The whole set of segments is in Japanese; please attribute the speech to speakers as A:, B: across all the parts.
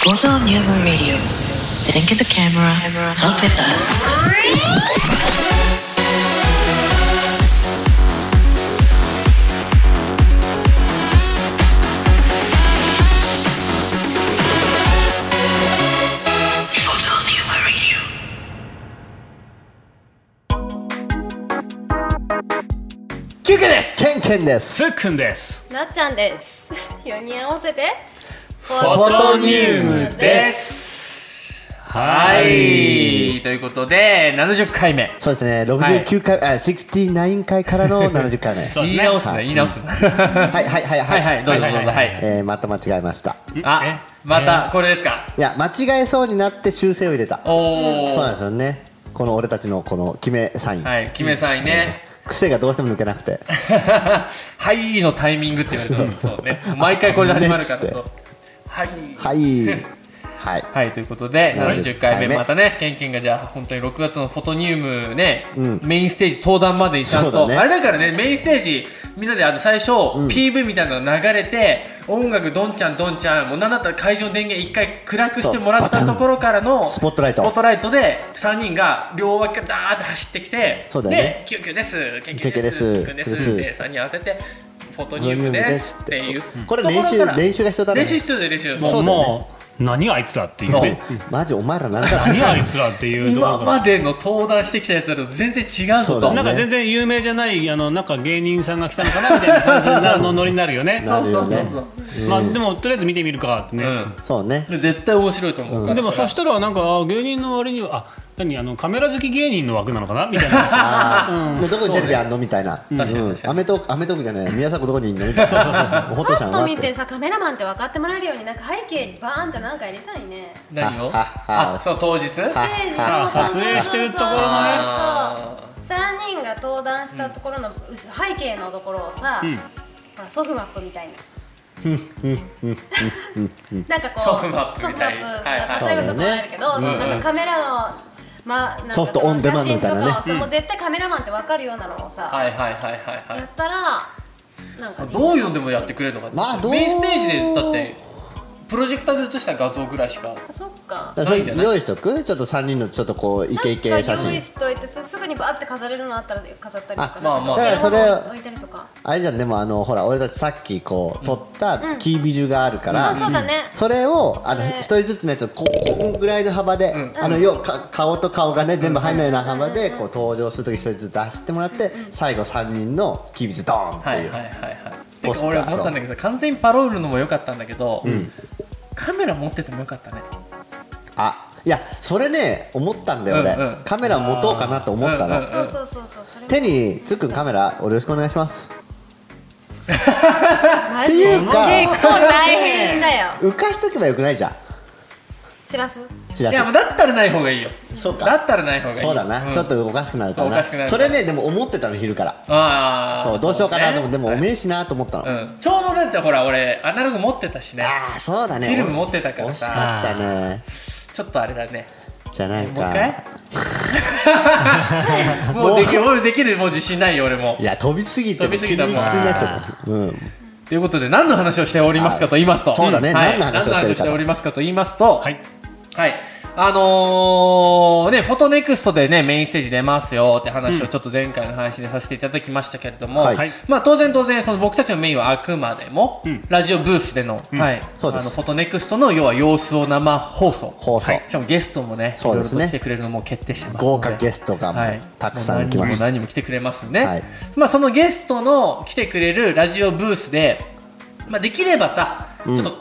A: Total New Moon Radio. Then get the camera. Talk with us.
B: キュウケンです
C: ケンケンです
B: スックンです
D: なっちゃんです。4人 合わせてフ
B: フ
C: ォトニウ
D: ムです
B: はいということで70回目
C: そうですね69回、 あ69回からの70回目
E: うです
B: 言
E: ね
B: い直す
C: はい
B: ね言い直すね
C: はいはいはい
B: は
C: はいい
B: はいどうぞどうぞはい
C: えーまた間違えました
B: あまたこれですか
C: いや間違えそうになって修正を入れた
B: お
C: そうなん
B: ー
C: ですよねこの俺たちのこの決めサイン、
B: はいキメさんね
C: 癖がどうしても抜けなくて
B: はいのタイミングって言われたそうね毎回これで始まるから
C: ねっつって
B: そうはい
C: はいはい
B: はい、ということで、70
C: 70
B: 回
C: 回
B: 目、
C: 目
B: またね、ケンケンがじゃあ、本当に6月のフォトニウムね、
C: うん
B: メインステージ登壇までにちゃん
C: そ
B: と、
C: うだね
B: あれだからね、メインステージ、みんなであの最初、PV みたいなの流れて、音楽、どんちゃん、どんちゃん、もうなんだったら会場の電源一回暗くしてもらったところからの、
C: スポットライト
B: スポットライトで、3人が両脇からダーって走ってきて、
C: そうだよね
B: で、キュウキュウです、ケンケン
C: ケンケン
B: で、
C: ですす
B: キュウくんです、
C: です
B: で、3人合わせて、フォトニウムですっていう
C: うん。これ練習
B: とろから
C: 練習が必要だね
B: 練習必要だよ練習。
C: そうだよ
E: もう
C: ね
E: もう何あいつらっていうね
C: マジお前らなんだろう
E: 何あいつらっていうところ
B: 今
E: か
B: までの登壇してきたやつらと全然違う
C: そ
B: ぞ
C: うだ
B: と
E: らなんか全然有名じゃないあのなんか芸人さんが来たのかなみたいな感じなのノリになるよね
C: なるよね
E: まあでもとりあえず見てみるかってね、
C: そうね
B: うん、絶対面白いと思うから、
E: でも
B: それ
E: そ
B: は
E: したらなんかあ芸人の割にはあ何あのカメラ好き芸人の枠なのかなみたいな
C: あーでどこにテレビあんのみたいな「うん
B: 確かに確かに
C: アメトーク」アメトークじゃない宮迫どこにいんのみたいなホ
D: パ
C: トちゃ
D: ッ
C: んは
D: と
C: って
D: 見てさカメラマンって分かってもらえるようになんか背景にバーンってなんか入れたいね
B: 何を
C: ああ
B: あそう当日
C: あ
D: ステージ
C: あ
D: そうそう
E: 撮影してるところのね
B: あ
D: そ
B: ー
D: う3人が登壇したところの後背景のところをさ、
E: ん
D: ほらソフマップみたいななんかこう
B: ソフマップみたい
D: ソフマップ
B: はい
C: はい
D: 例えばちょっとあるけど、
C: そう
D: そ
C: だ
D: の
C: よね
D: なんかカメラの、まあ、なんか
C: ソフトオンデマンドみたいなね
D: 写真とかをさもう絶対カメラマンって分かるようなのをさ、
B: はいはいはいはい
D: や
B: は
D: ったらなんか
B: いどういうのでもやってくれるのかって、
C: まあどう
B: メインステージでだってプロジェクターで映した画像ぐらいしか
D: あそっか
C: だからそ
B: ないんじゃ
C: れ
B: ない
C: 用意しとくちょっと3人のちょっとこうイケイケ写
D: なんか用
C: 真
D: 意しといてすすぐにバーって飾れるのあったら飾ったりとか
C: あ
B: まあまあ
D: なん
C: だからそれ
D: 置いたりとか
C: あれじゃんでもあのほら俺たちさっきこう撮ったキービジュがあるか
D: あ
C: ら、
D: そうだね
C: それをあの
D: それ
C: 一人ずつのやつをここんぐらいの幅で、あの要か顔と顔がね全部入らないような幅でこう登場するとき一人ずつ出してもらって最後3人のキービジュドーンって
B: はい
C: い
B: は
C: う、
B: いはいはいて
C: ポスタ
B: か
C: ー
B: 俺思ったんだけど完全にパロールのも良かったんだけど、カメラ持っててもよかったね
C: あいやそれね思ったんだよ俺、
B: うんうん
C: カメラ持とうかなと思ったの、
B: うんうん
D: そうそうそうそうそれ
C: 手につっくんカメラよろしくお願いします
D: マ
C: って
D: ジ
C: い
D: 結
C: う
D: 構
C: か
D: 大変だよ
C: 浮かしとけばよくないじゃん
D: 散らす
C: チラ
B: い
C: シ
B: やもうだったらない方がいいよ
C: そうか
B: だったらない方がいい
C: そうだな、
B: ん
C: ちょっとおかしくなるから
B: おかしくな
C: な
B: る
C: それねでも思ってたの昼から
B: ああ
C: そうどうしようかなと思って、でもおめ
B: え
C: えしなと思ったの、
B: うん、ちょうどだってほら俺アナログ持ってたしね
C: ああそうだね
B: フィルム持ってたから
C: 惜し
B: さ
C: かったね
B: ちょっとあれだね
C: じゃあなん
B: もう一
C: か
B: 回 もうできる俺できるもう自信ないよ俺も
C: いや飛びすぎて
B: 飛び
C: も
B: す
C: 筋
B: ぎた
C: 肉
B: もん
C: 痛になっちゃったうん
B: ということで何の話をしておりますかと言いますと、
C: はいそうだね
B: んは
C: 何
B: い、
C: の話をしてるかと
B: 何のおりますかと言いますと
E: はい
B: はい、あのーね、フォトネクストでね、メインステージ出ますよって話をちょっと前回の配信でさせていただきましたけれども、
C: はい
E: はい
B: まあ当然当然、その僕たちのメインはあくまでも、
E: うん
B: ラジオブースでの、はい、
C: そうです
B: あのフォトネクストの要は様子を生放送。
C: 放送
B: はいしかもゲストもね、
C: そうですね
B: いろいろと来てくれるのも決定してますので。
C: 豪華ゲストがもう
B: はい
C: たくさん来ま
B: もう
C: す
B: 何人も何人も来てくれますんで、
C: はい
B: まあそのゲストの来てくれるラジオブースで、まあできればさ、
C: うん
B: ちょっと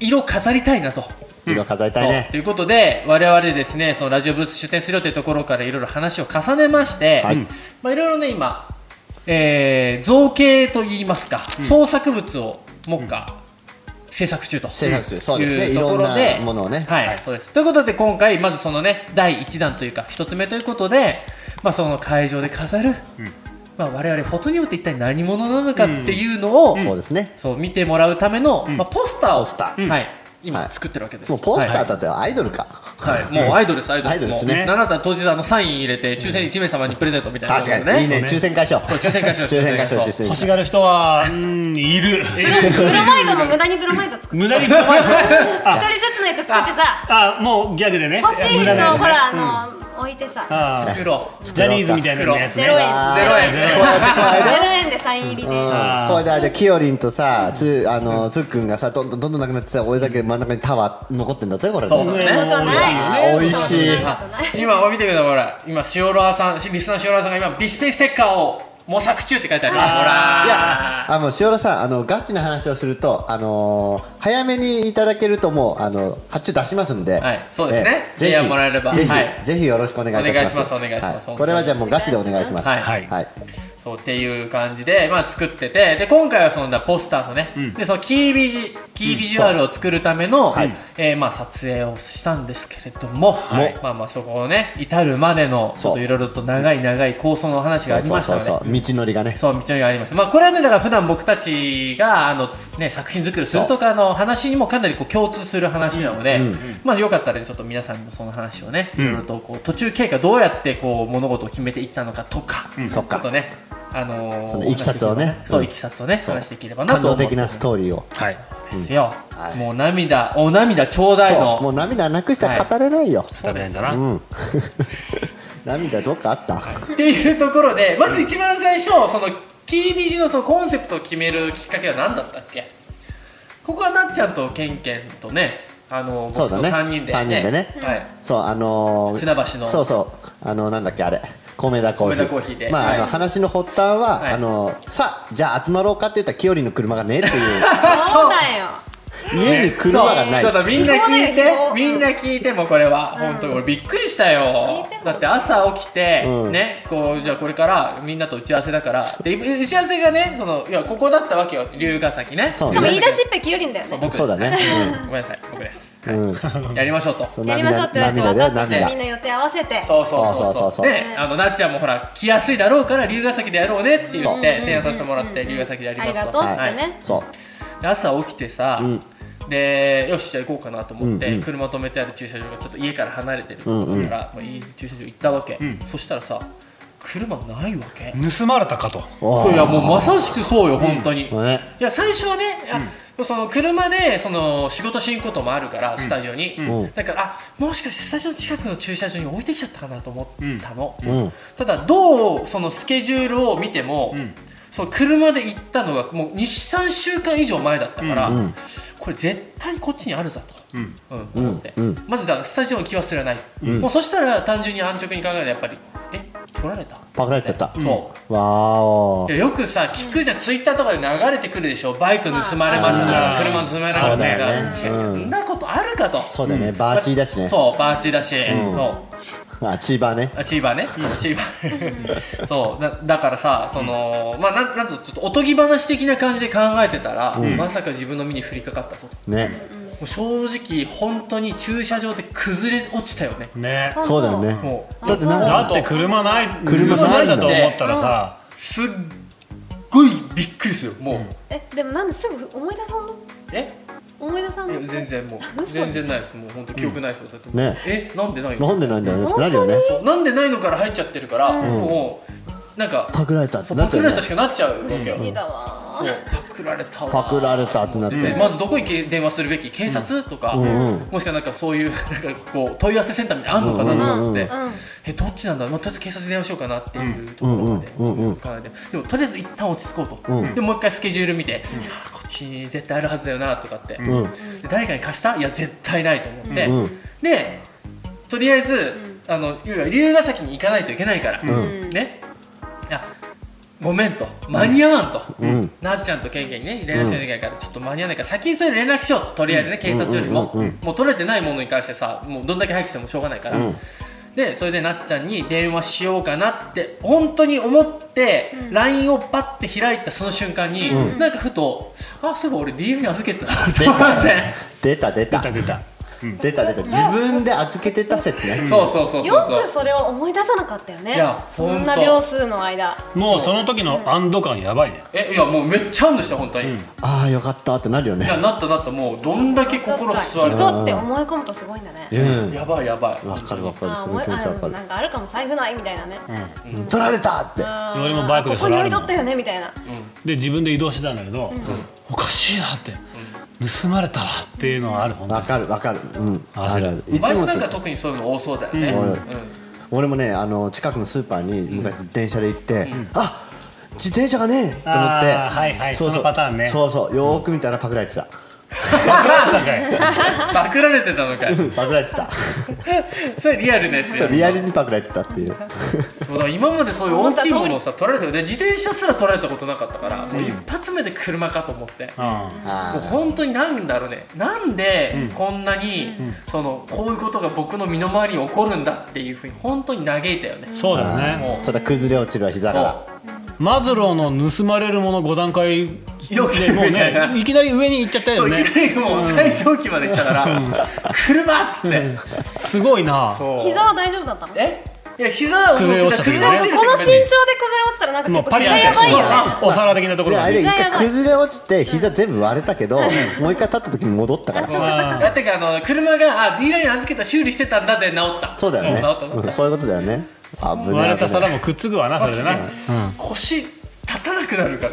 B: 色飾りたいなと。
C: 色飾りたい
B: そう
C: ね
B: ということで我々ですねそのラジオブース出展するよというところからいろいろ話を重ねまして、
C: はい
B: まあ、いろいろね今、えー造形といいますか、創作物を目下、制作中と
C: 制作中そうですね
B: いうところ
C: い
B: で
C: ろんなものをね
B: はい、そうですということで今回まずそのね第1弾というか1つ目ということで、まあ、その会場で飾る、まあ、我々フォトニウムって一体何者なのかっていうのを、
C: そうですね
B: そう見てもらうための、まあ、ポスターを
C: ポスター
B: はい、今
C: はい
B: 作ってるわけです、
C: もうポスターだったらアイドルか、
B: はい、もうアイドルです、アイド
C: アイド
B: ルで。
C: ルですす
B: も
C: ね
B: う七田当日あのサイン入れて、抽選1名様にプレゼントみたいな。
C: 確かにいいね抽選会賞
B: そう抽選会賞
C: 抽選会賞抽選
E: 欲
C: 会
E: し
C: 賞
E: がる人はうんいる
D: ブロマイドも無駄にブロマイド作って
E: 無駄にごめん
D: 一人ずつのやつ作ってさ
E: あもうギャグでね
D: 欲しい
E: 無駄なや
D: 人を
E: つね
D: ほらあの置いてさ
E: ああ
B: 袋。
E: ジャニーズみたいなやつね
D: ゼロ円
C: あ
B: ゼ
D: ゼ
B: ロ
D: ロ
B: 円
D: 円
E: ゼ
D: ゼ
E: ロ
D: ロ
E: 円
D: 円でサイン入りで
E: あー
C: これであれキヨリンとさつあのつっくんがさどんどんどんどんなくなってさ俺だけ真ん中にタワー残ってんだぜこれ
B: そう
C: ね
B: だ
D: そんなこと
B: ね。
D: ない
C: 美味しい
D: そんなことない
B: 今見てください、ほら、今塩ロアさん、リスナー塩ロアさんが今ビシペンステッカーを模索中って書いてある。ほ
E: あー
C: い
B: ら
C: やあの塩田さんあのガチな話をするとあのー早めにいただけるともうあの発注出しますんで、
B: はいそうですね
C: ぜ
B: 提
C: ひ
B: 案もらえれば
C: ぜひ、
B: はい
C: ぜひよろしくお願いいたします
B: お願いしますお願いします
C: はいこれはじゃあもうガチでお願いします
B: はい
E: はい
C: はい、
B: そうっていう感じで、まあ、作っててで今回はそのだポスターとね、
E: ん
B: でそのキービジキービジュアルを作るための、
C: はい
B: えーまあ、撮影をしたんですけれども、
E: はい
B: まあまあそこをね至るまでのち
C: そう
B: ょっといろいろと長い長い構想の話がありましたので。
C: そうそうそう道のりがね
B: そう道のりがあります。まあこれはねだから普段僕たちがあのつね作品作りするとかの話にもかなりこう共通する話なので、まあよかったらねちょっと皆さんもその話をねいろいろとこう途中経過どうやってこう物事を決めていったのかとか、
C: と
B: ちょっと
C: か
B: ねあのー、
C: そのいきさつをね
B: そううんいきさつをね話していければな
C: 感
B: と思
C: 動
B: って
C: 的なストーリーを
E: はい
B: ですよ。
C: はい
B: もう涙お涙ちょうだい
C: そうも
B: の
C: う涙なくしたら語れないよ、
E: 食べないんだな
C: うん 涙どっかあった、
B: っていうところでまず一番最初そのキービジのそのコンセプトを決めるきっかけは何だったっけ？ここはなっちゃんとけんけんとねあの
C: そ
B: 僕
C: うだ
B: と
C: ね
B: 三人で
C: 三人でね
B: はい。
C: そうあのー
B: 船橋の
C: そうそうあのなんだっけあれ米田コーヒー
B: 米田コーヒーで
C: まあ,、あの
B: はい
C: 話の発端は、
B: はい
C: あのさあじゃあ集まろうかって言ったらきよりの車がねえってい
D: そうだよ
C: う家に車がない
B: ちょっとみんな聞い
D: 希望だ
B: て
D: よ希望
B: みんな聞いてもこれは、
D: うん
B: 本当に俺びっくりしたよ
D: 聞いても
B: だって朝起きて、
C: うん
B: ねこうじゃあこれからみんなと打ち合わせだからで打ち合わせがねそのいやここだったわけよ龍ヶ崎ね
C: そう
D: し
C: ね
D: かも言い出しっぺきよりんだよ
B: そ
D: ね
B: う僕です
C: そうだね
B: ごめんなさい僕です、
C: うん
B: やりましょうと
C: そう
D: やりましょうって言われて分か
C: 涙
D: った
C: だ
D: って
C: よ
D: みんな予定合わせて
B: そうそうそう
C: そそう
B: そうう
C: そうそう
B: であのなっちゃんもほら来やすいだろうから龍ヶ崎でやろうねって言
C: そう
B: って提案させてもらって龍ヶ崎でやります
D: ありがとうっつって
B: はい
D: ね
C: そう
B: で朝起きてさ、
C: ん
B: でよしじゃあ行こうかなと思って、
C: うんうん
B: 車止めてある駐車場がちょっと家から離れてる
C: うんうん
B: だから、まあ、いい駐車場行ったわけ、
E: ん
B: そしたらさ車ないわけ、
E: 盗まれたかと
C: おー
B: そういやもうまさしくそうよ、本当に、
C: ね
B: いや最初はね、あその車でその仕事しに行くこともあるから、スタジオに、
C: うん
B: だからあもしかしてスタジオの近くの駐車場に置いてきちゃったかなと思ったの、
C: うん
B: ただどうそのスケジュールを見ても、
E: ん
B: その車で行ったのがもう23週間以上前だったから、
E: うん
C: うん
B: これ絶対こっちにあるぞと、
E: うん
B: うん思って、
C: うん
B: まずだからスタジオの気はすらない、
C: ん
B: もうそしたら単純に安直に考えたらやっぱりえ取られた
C: パクられちゃった、
B: そう、
C: わーお
B: いやよくさ聞くじゃん、ツイッターとかで流れてくるでしょバイク盗まれましたと
E: あ
B: か
E: ー
B: 車盗まれましたとか
C: そうだよね
B: いや
C: うん
B: そんなことあるかと
C: そうだよね、バーチーだしね
B: そうバーチーだし、
C: ん
B: そう
C: あチーバーね
B: あチーバーね、チーバー そうだだからさその、まあなんなんつうのちょっとおとぎ話的な感じで考えてたら、まさか自分の身に降りかかったぞと
C: ね
B: もう正直本当に駐車場で崩れ落ちたよね
E: ね
D: 本当
C: そうだよね
B: もう
C: だってなんか
E: だって車ない
C: 車ないんだ
E: だと思ったらさ
B: すっごいびっくりするよもう、
D: えでもなんですぐ思い出さんの
B: え
D: 思い出さん
B: い
D: の
B: や全然もう
D: 嘘
B: 全然ないですもう本当記憶ないですよ、だって
C: ね
B: えなんでないの
C: 飲んでないんだよねってなるよね
B: そうなんでないのから入っちゃってるから、もうなんか
C: パクられたって
B: そう
C: な
B: パ
C: っちゃ
B: ク
C: う
B: ら
C: よ
B: れ
C: ね
B: たしかなっちゃうわけ
D: 不
B: よ、
D: 思議だわ
B: そうパクられたわ
C: パクられたってなって
B: でまずどこにけ電話するべき警察、とか、
C: んうん
B: もしくはなんかそう いうなんかこう問い合わせセンターみたいなのあんのかなと思って、
D: うんうんうん
B: えどっちなんだろう、まあ、とりあえず警察に電話しようかなっていうところまで、
C: うんうんうんうん
B: 考えてでもとりあえず一旦落ち着こうと、
C: うん
B: でもう一回スケジュール見て、いやーこっちに絶対あるはずだよなとかって、
C: うん
B: で誰かに貸したいや絶対ないと思って、
C: うんうん
B: でとりあえず、あの要は龍ヶ崎に行かないといけないから、
C: ん
B: ねいやごめんと間に合わんと、
C: うん
B: なっちゃんとケンケンにね連絡しなきゃいけないから、ちょっと間に合わないから先にそれ連絡しようとりあえずね、警察よりも、
C: うんうんうん
B: もう取れてないものに関してさもうどんだけ早くしてもしょうがないから、
C: うん
B: でそれでなっちゃんに電話しようかなって本当に思って、LINE をパッて開いたその瞬間に、なんかふとあそういえば俺 DM に預けてたなって思って。
C: 出た出た
E: 出た出た
C: 出た出た自分で預けてた説ね
B: そうそうそうそう
D: よ
B: そう
D: くそれを思い出さなかったよ
B: い
D: ね
B: や
D: そんな
B: ほんと
D: 秒数の間
E: もうその時の安堵感やばいね
B: えいやもうめっちゃ安堵した本当に、い
C: ああよかったってなるよね
B: やなったなったもうどんだけ心吸われた
D: 人って思い込むとすごいんだね
C: うん
B: やばいやばい
C: わかるわかる
D: あ
C: そ
D: 思
C: の
D: い
C: 気持ち
D: あ
C: わかる
D: なんかあるかも財布ないみたいなね
C: うん取られたって
E: 俺もバイクで
D: こ
E: そ
D: こ
E: れ
D: に
E: あ
D: 置
E: る
D: いと
E: の
D: ったよねみたいな
E: で自分で移動してたんだけど、おかしいなって、盗まれたわっていうのはある本当
C: わ
E: に
C: かるわかるうん
E: あ
C: あるあるいつ
B: バイク
C: も
B: なんか
C: と
B: 特にそういうの多そうだよね、
E: うん
B: うん
C: 俺もねあの近くのスーパーに昔自転車で行ってあ自転車がねえと思って
E: あーはいはいそのパターンね
C: そうそうよーく見たらパクられてた
E: まさかい
B: パクられてたのかい
C: うんパクられて た
B: それリアルなやつ
C: そう
B: や
C: リアルにパクられてたっていう
B: そうだから今までそういう大きいものをさ取られてるで自転車すら取られたことなかったから、もう一発目で車かと思って、
E: うん
B: もう
C: あ
B: 本当になんだろうねなんでこんなに、そのこういうことが僕の身の回りに起こるんだっていうふうに本当に嘆いたよね、
E: そうだよ
C: あ
E: ね
B: もう
C: それは崩れ落ちるわ膝から
B: そう
E: マズローの盗まれるもの5段階で
B: よく
E: もう
B: みたいな
E: ねいきなり上に行っちゃった
B: そ
E: よ
B: うい
E: ね
B: きなりもう最上級まで行ったから「車!」っつって
E: すごいな
B: そう
D: 膝は大丈夫だったの
B: えいや膝は
E: 崩れ落ちた時ね
B: 崩れ落ちる
D: この身長で
B: 時
D: 崩れ
B: ね
D: 落ちたらなんか
E: もう
D: 結構
E: パリ
D: 膝
E: なんて
D: やばいよね
E: あお皿的なとこ
C: で
E: ろ
C: あ
E: に
C: れ一
D: 膝
C: 回
D: やばい
C: 崩れ落ちて膝全部割れたけどもう一回立った時に戻ったか
D: あ
C: ら
D: そっかそっか
B: だってかあの車があ D ライン預けた修理してたんだで治った
C: そうだよね
B: ん治った治
C: う
B: っ
C: ん
B: た
C: そういうことだよね危
E: 割
C: ね
E: れ
C: え
E: た
C: 危ね
E: 皿もくっつくわなそれでな、
B: マジ
E: うん
B: 腰立たなくなるから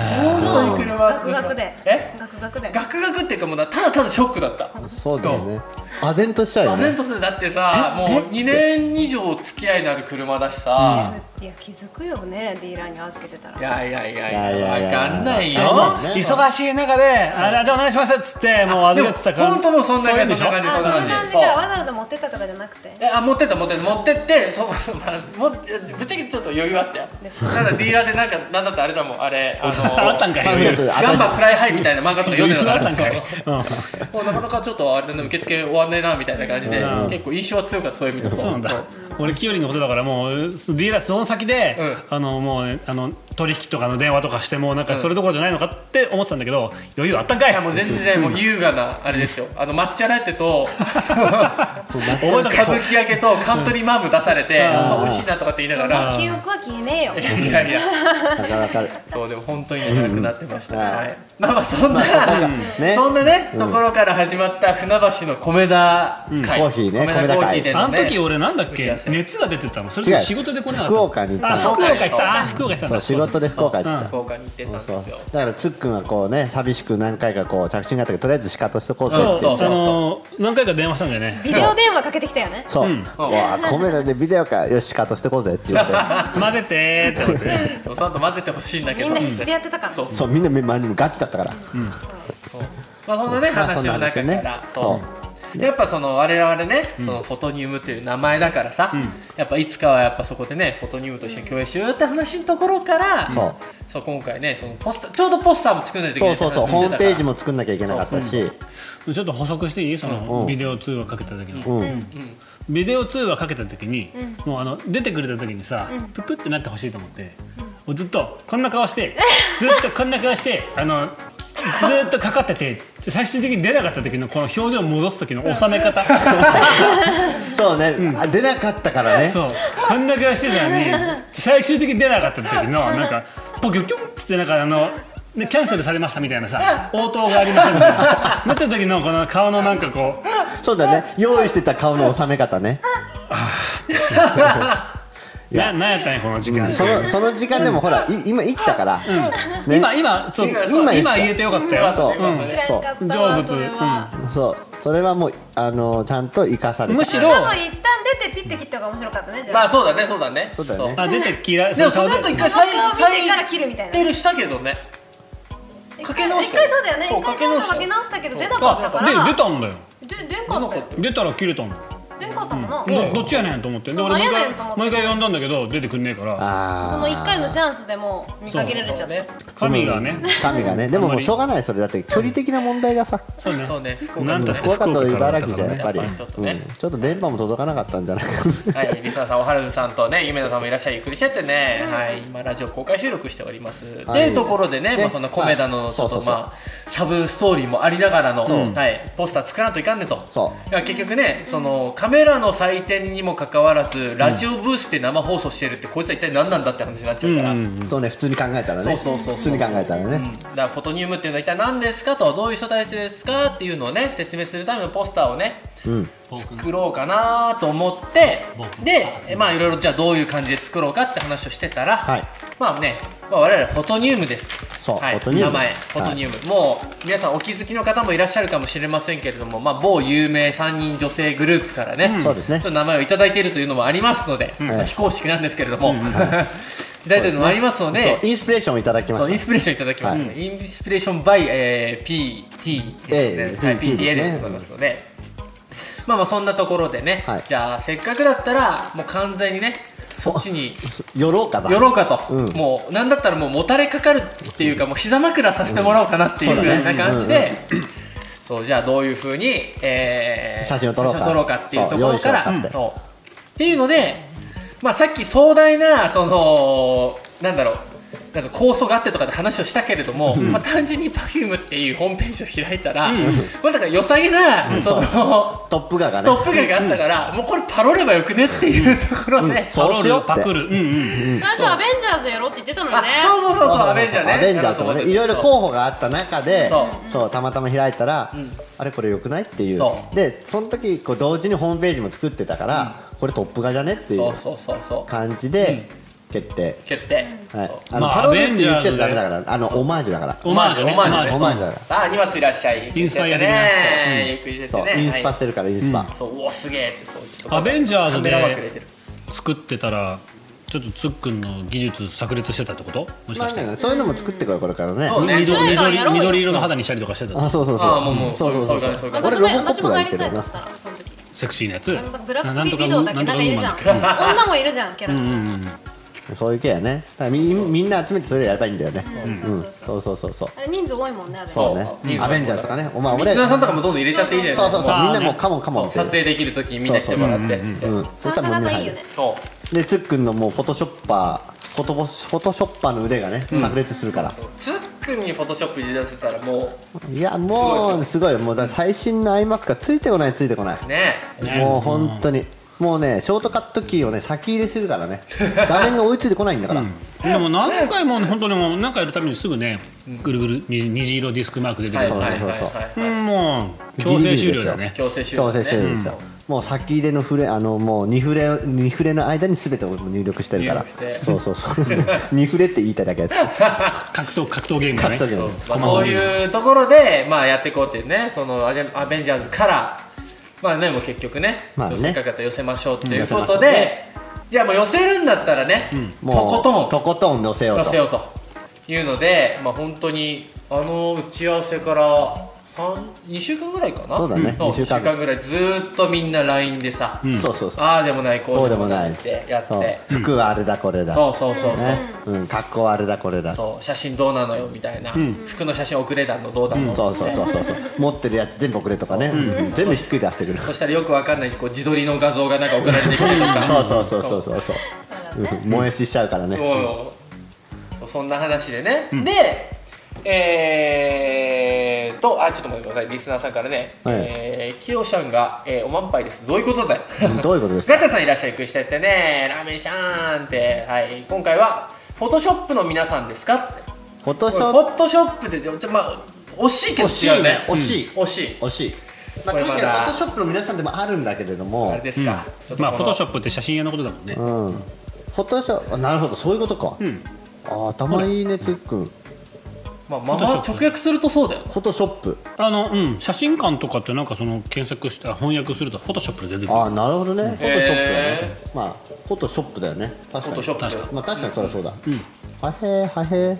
B: 本当に車
D: ガクガクで
B: え
D: ガクガクで
B: ガクガクっていうかもうなただただショックだった
C: えそうだよね唖然としちゃうよ
B: 唖然
C: ね
B: とするだってさもう
C: ええ
B: 2年以上付き合いのある車だしさ、
D: いや気づくよねディーラーに預けてたら
B: いやいやいや
C: い
B: い
C: やいやいや
B: やわかんないよ
C: そうだよね
E: 忙しい中で、あれじゃあお願いしますっつって、もう預けてた感じ。
B: でも本当もうそんな感じ
E: そういう
B: そんな
E: で
D: あ
B: 感
E: し
D: そんな感じか
B: そう
D: わざわざ持ってったとかじゃなくて
B: えあ持ってった持ってった持ってってそこ、まあ、もぶっちゃけちょっと余裕あったよただディーラーでなんかなんだってあれだもんあれあの
E: ょ。あったんかい。
C: サウナと
B: ガンバフライハイみたいな漫画とか読んでたか
E: あっ
B: ら
E: たんかい。
B: もうなかなかちょっとあれの受付終わんねえなみたいな感じで、
E: うん
B: 結構印象は強かったそういう意味で
E: そうなんだ。俺キヨリのことだからもうディーラーその先で、あのもうあの取引とかの電話とかしてもうなんかそれどころじゃないのかって思ってたんだけど余裕あったんかい
B: いやもう全然もう優雅なあれですよあの抹茶ラテと
E: 覚えとけ
B: 歌舞伎揚げとカントリーマーム出されてあ美味しいなとかって言いながら
D: 記憶は消えねえよ
B: いやいや
C: わかるわかる
B: そうでも本当に長くなってました、
C: うん
B: はい、まあまあそんな、
C: ね
B: そんなね、ところから始まった船橋の米田会、
C: コーヒーね
B: 米田コーヒーで
E: あ
B: の
E: の
B: ね
E: 時俺なんだっ
B: 打ち合
E: け
B: わせ
E: 熱が出てたのそ
C: 違
E: れと
C: う
E: も仕事で来れなかった
C: 福岡に行った
E: あ
C: の
E: 福岡行ってたあ福岡行ってたん
C: そう
E: だ
C: 仕事で福岡行ってた
B: 福岡に行ってたんです
C: そ
B: よ
C: うだからつっくんはこうね寂しく何回かこう着信があったけどとりあえずシカとしてこうぜ
E: そ
C: っ
E: う
C: て言っ
E: そうあ
C: て
E: の何回か電話したんだよね
D: ビデオ電話かけてきたよね
C: そううんうわコメダでビデオかよしシカとしてこうぜって言って
E: 混ぜてーって思って
B: そうその後混ぜてほしいんだけ
D: み
B: ど
D: んな必死でやってたから
B: そう
C: そうみんな周りもガチだったから
B: まあそんなね
C: まあそん
B: 話
C: な
B: の中
C: 話ね
B: から
C: そ
B: そううでやっぱその我々ねそのフォトニウムという名前だからさやっぱいつかはやっぱそこでねフォトニウムとして共演しようよって話のところから
C: そう
B: そう今回ねそのポスターちょうどポスターも作らないといけ
C: そ
B: な
C: う
B: い
C: そうそうホームページ
B: も
C: も作んなきゃいけなかったし
E: ちょっと補足していいそのビデオ通話かけた時の、
C: うん
E: ビデオ通話かけた時に、もうあの出てくれた時にさ、ププってなってほしいと思って、もうずっとこんな顔してずっとこんな顔 してあのずっとかかってて最終的に出なかった時のこの表情を戻す時の収め 方
C: そうねあ出なかったからね
E: そうこんな顔してたのに最終的に出なかった時のなんかポキョキョンっつってなんかあの。ねキャンセルされましたみたいなさ応答がありませんみたいななった時のこの顔のなんかこう
C: そうだね用意してた顔の収め方ねいや
E: ななんやったんやこの時間、
C: そのその時間でもほらい今生きたからね
E: 今今そう
C: 今
E: 今
C: 今
E: 言えてよかったよ
C: そう
B: うん
D: 知らんかった
E: 成
D: わ
E: 仏
D: それは
C: そうそれはもうあのちゃんと生かされ
E: む
C: た
E: し
D: 多
E: ろ
D: 分一旦出てピッて切った方が面白かったねじゃ
B: ま
D: あ
B: あそうだねそうだね
C: そうだよね
E: あ出てき
B: そ
E: ら
B: うでもその後一回
D: その
B: 再
D: 顔見てから切るみたいな
B: テールしたけどね
D: 一
B: か
D: 回
B: け直した
D: 一回そうだよね
B: そう
D: 一回ちょっと
B: か
D: か
B: け
D: け
B: 直
D: 直
B: し
D: したたけど出なかったから
E: で出たんだよ
D: で出んかったよ
E: 出たら切れたんだよ
D: 出とよかったもんな、
E: どどっちやねんと思ってで
D: そう
E: 俺毎
D: なんやね
E: 回
D: んと思って
E: 毎回呼んだんだけど出てくんねえから
C: あ
D: そ
C: あ
D: の1回のチャンスでもう見かけられちゃった
B: ね
E: 神がね
C: 神がねでももうしょうがないそれだって距離的な問題がさ
E: そうね
B: そうね福岡
E: なんと
C: 福岡と茨城じゃやっぱり
B: やっぱりちょっとね
C: うんちょっと電波も届かなかったんじゃないかな
B: はい、リサさん、おはるずさんとね、ゆめのさんもいらっしゃい、ゆっくりしてってね、はい、今ラジオ公開収録しております。
C: はい
B: で、ところでね、
C: ね
B: まあ、そんなコメダの、
C: はい
B: ちょっ
C: そうそ
B: と、
C: うそう
B: まあ、サブストーリーもありながらの、
E: そう
B: はい、ポスター作らんといかんねと。
C: そ
B: いや結局ね、そのカメラの祭典にもかかわらずラジオブースで生放送してるって、こいつは一体何なんだって話になっちゃうから、
E: うん
C: うそうね普通に考えたらね
B: そうそうそうそう
C: 普通に考えたら
B: うん
C: ね
B: だからフォトニウムっていうのは一体何ですかとどういう人たちですかっていうのをね説明するためのポスターをね
C: うん
B: 作ろうかなと思って
E: 僕
B: でえまあいろいろじゃあどういう感じで作ろうかって話をしてたら、
C: はい
B: まあね、まあ、我々フォトニウムです
C: そう
B: はい、
C: フォトニウム
B: 名前
C: はい
B: フォトニウム、もう皆さんお気づきの方もいらっしゃるかもしれませんけれども、まあ、某有名3人女性グループからね、
E: うん
C: そうですね
B: ちょっと名前をいただいているというのもありますので、まあ非公式なんですけれども、いただ いているのもありますので
C: そうインスピレーションをいただきま
B: そうイン
C: し
B: スピレーションいただきましたね、インスピレーション by、えー、PT です
C: え
B: ね、
C: え
B: はい
C: PT ですね
B: PTA でございますので、まあまあそんなところでね、
C: はい
B: じゃあせっかくだったらもう完全にねそっちに
C: たよろうかな
B: 寄ろうかと、
C: うん
B: もうなんだったらもうもたれかかるっていうかもう膝枕させてもらおうかなっていうぐらいな感じで。そうじゃあどういうふうに、えー
C: 写真を撮ろうか
B: っていうとこ
C: そ
B: ろから
C: う用意しようか
B: うん
C: って
B: そうっていうので、まあ、さっき壮大なそのなんだろうなんか構想があってとかで話をしたけれども、まあ、単純に Perfume っていうホームページを開いたら、
E: うん
B: まあ、なんか良さげな、その
C: トップガーがね
B: トップガがあったから、もうこれパロればよくねっていうところで、
C: そうしようって
E: パロルパクるうんうん
D: 最初アベンジャーズやろうって言ってたのにね
B: あそうそうそうそうアベンジャーね
C: アベンジャーとかねいろいろ
B: う
C: 候補があった中で
B: そ
C: そうたまたま開いたら、
B: うん
C: あれこれよくないっていう
B: そ
C: でその時こう同時にホームページも作ってたから、これトップ画じゃねってい
B: そううそうそうそう
C: 感じで決定、
B: 決定
C: はい、あの、
E: まあ
C: パロディ
E: アベ
C: っ
E: ン
C: て
E: ジャ
C: 言
E: ー
C: っち
E: ズ
C: ゃ
E: で
C: ダメだからあのオマージュだから
E: オマージュね
B: オマージュ
E: ね
C: オマージュだか
B: さあ2マスいらっしゃい
E: インスパイアで
B: ねゆっくりして
C: ら
B: って
C: そう
B: ね
C: インスパし
B: して
C: るからインスパ、
B: そううおすげえってそうちょっと
E: アベンジャーズで
B: カメラワーク入れてる
E: 作ってたらちょっとつっくんの技術炸裂してたってこともし
C: ま
E: か
C: あ
E: して
C: ねそういうのも作ってこようこれからね
B: そうね
E: 緑
D: それから
E: 緑
D: やろうよ
E: 緑色の肌にしたりとかしてた
C: あそうそうそう
B: あーもうもう
C: そうそうそう
B: そういう感じそういう感
D: 私
C: 俺
D: も
C: ロボコッ
D: 私
C: プ
D: も
C: が
D: 入
C: いけ
D: りたい
C: る
D: そ
C: な
D: したらその時
E: セクシーなやつ
D: なんかブラッ
E: なん
D: ク
E: とか
D: ビデオだけなんかいるじゃん女もいるじゃんキャラ
E: う
D: ク
E: ん
D: ター
E: うんうん
C: そういう系やねだからみみんな集めてそれやればいいんだよね
D: うん
C: うんそうそうそうそう
D: あれ人数多いもんねあれ
C: そう
B: そ
C: ね
B: うそう
C: アベンジャーズとかねお前
B: リ
C: 俺
B: スナーさんとかもどんどん入れちゃっていいじゃない
C: そう
B: です
C: そう
B: か
C: そう
E: あー
C: みんな
E: ね
C: もうカモンカモンって
B: 撮影できる時にみんなしてもらって
C: うんそしたらも
D: な
C: う目
D: かい
C: 入
D: いよ
C: る
D: ね
B: そう
C: でつっくんのもうフォトショッパーフォトボフォトショッパーの腕がね炸裂するから
B: つっくんにフォトショップいじらせたらも
C: いやもうすごいもうだから最新の iMac がついてこないついてこないう
B: ね
E: ね
C: もう本当にもうねショートカットキーをね先入れするからね画面が追いついてこないんだから
E: でも何回もね本当にもう何回やるためにすぐねぐるぐる虹虹色ディスクマーク出てく
B: はい
E: る
B: はいはい
C: そうそう
B: は
E: う
B: いはい
E: んもう強制終了だよね
B: 強制終了
C: 強
B: ね
C: 制してるんですよもう先入れのフレあのもう2フレ2フレの間に全てを入力してるから
B: 入力して
C: そうそうそう2フレって言いたいだけ
E: 格闘格闘ゲームが
C: 格
E: ね
C: 闘技
B: そ
C: の
B: うまあ、そういうところで、まあ、やっていこうっていうねそのアジェアベンジャーズから、まあね、もう結局ね,、
C: まあね
B: せっかくだったら寄せましょうと
C: ん
B: いう
C: 寄せ
B: こ
C: ましょ
B: と
C: う
B: で、
C: ね
B: じゃあもう寄せるんだったらね、
C: もう
B: とことん
C: とことん乗せよう
B: 寄
C: と
B: せようというので、まあ、本当にあの打ち合わせから2週間ぐらいかな
C: そうだね
B: 2
C: 二
B: 週
C: 週間
B: 間ぐらいずーっとみんな LINE でさ、
C: そうそうそう
B: ああでもないこ
C: そう
B: うで
C: で
B: も
C: も
B: な
C: ないい
B: ってやって
C: そう服はあれだこれだ
B: そうそうそうそう、
C: ねうん格好はあれだこれだ
B: そう写真どうなのよみたいな、服の写真遅れたのどうだの、
C: そうそうそう そうそう持ってるやつ全部送れとかね全部ひっくり出してくる
B: そしたらよくわかんないこう自撮りの画像がなんか送られてきたりとか
C: そうそうそうそうそうそううん燃え死しちゃうからね
B: もうそんな話でね、でえー、とあちょっと待ってくださいリスナーさんからね、
C: はい
B: えー、キヨシャンが、えーおまんぱいですどういうことだよ
C: うんどういうことですか
B: ガチャさんいらっしゃいくしてってねラーメンシャーンってはい今回はフォトショップの皆さんですかって
C: フォトシ
B: これ
C: ョ
B: フ
C: ッ
B: ォトショップでちょまあ惜しいけ
C: プ
B: ど
C: 惜し
B: 違
C: いうね
B: ね
C: 惜しい
B: 惜しい
C: 惜しいまあ
B: これ
C: 確
B: ま
C: か
B: だ
C: にフォトショップの皆さんでもあるんだけれど
B: あ
C: も
B: れですか、ちょっと
E: まあ
B: こ
E: フォ
B: の
E: トショップって写真屋のことだもんね
C: うんフォトショップあなるほどそういうことか
E: ん
C: あ頭いいねつっくんフ
B: まあ、まあま
E: フォ
B: あ
E: トショップ
B: 直訳するとそうだよ
C: ォトショップ
E: あのうん写真館とかってなんかその検索してあ翻訳するとフォトショップで出てくる
C: あなるほどねフォトショップだね
B: へ
C: まあフォトショップだよね確
B: フ
C: かに
B: ォトショップ
E: 確
C: まあ確かにそりゃそうだ
E: うん
C: はへーはへー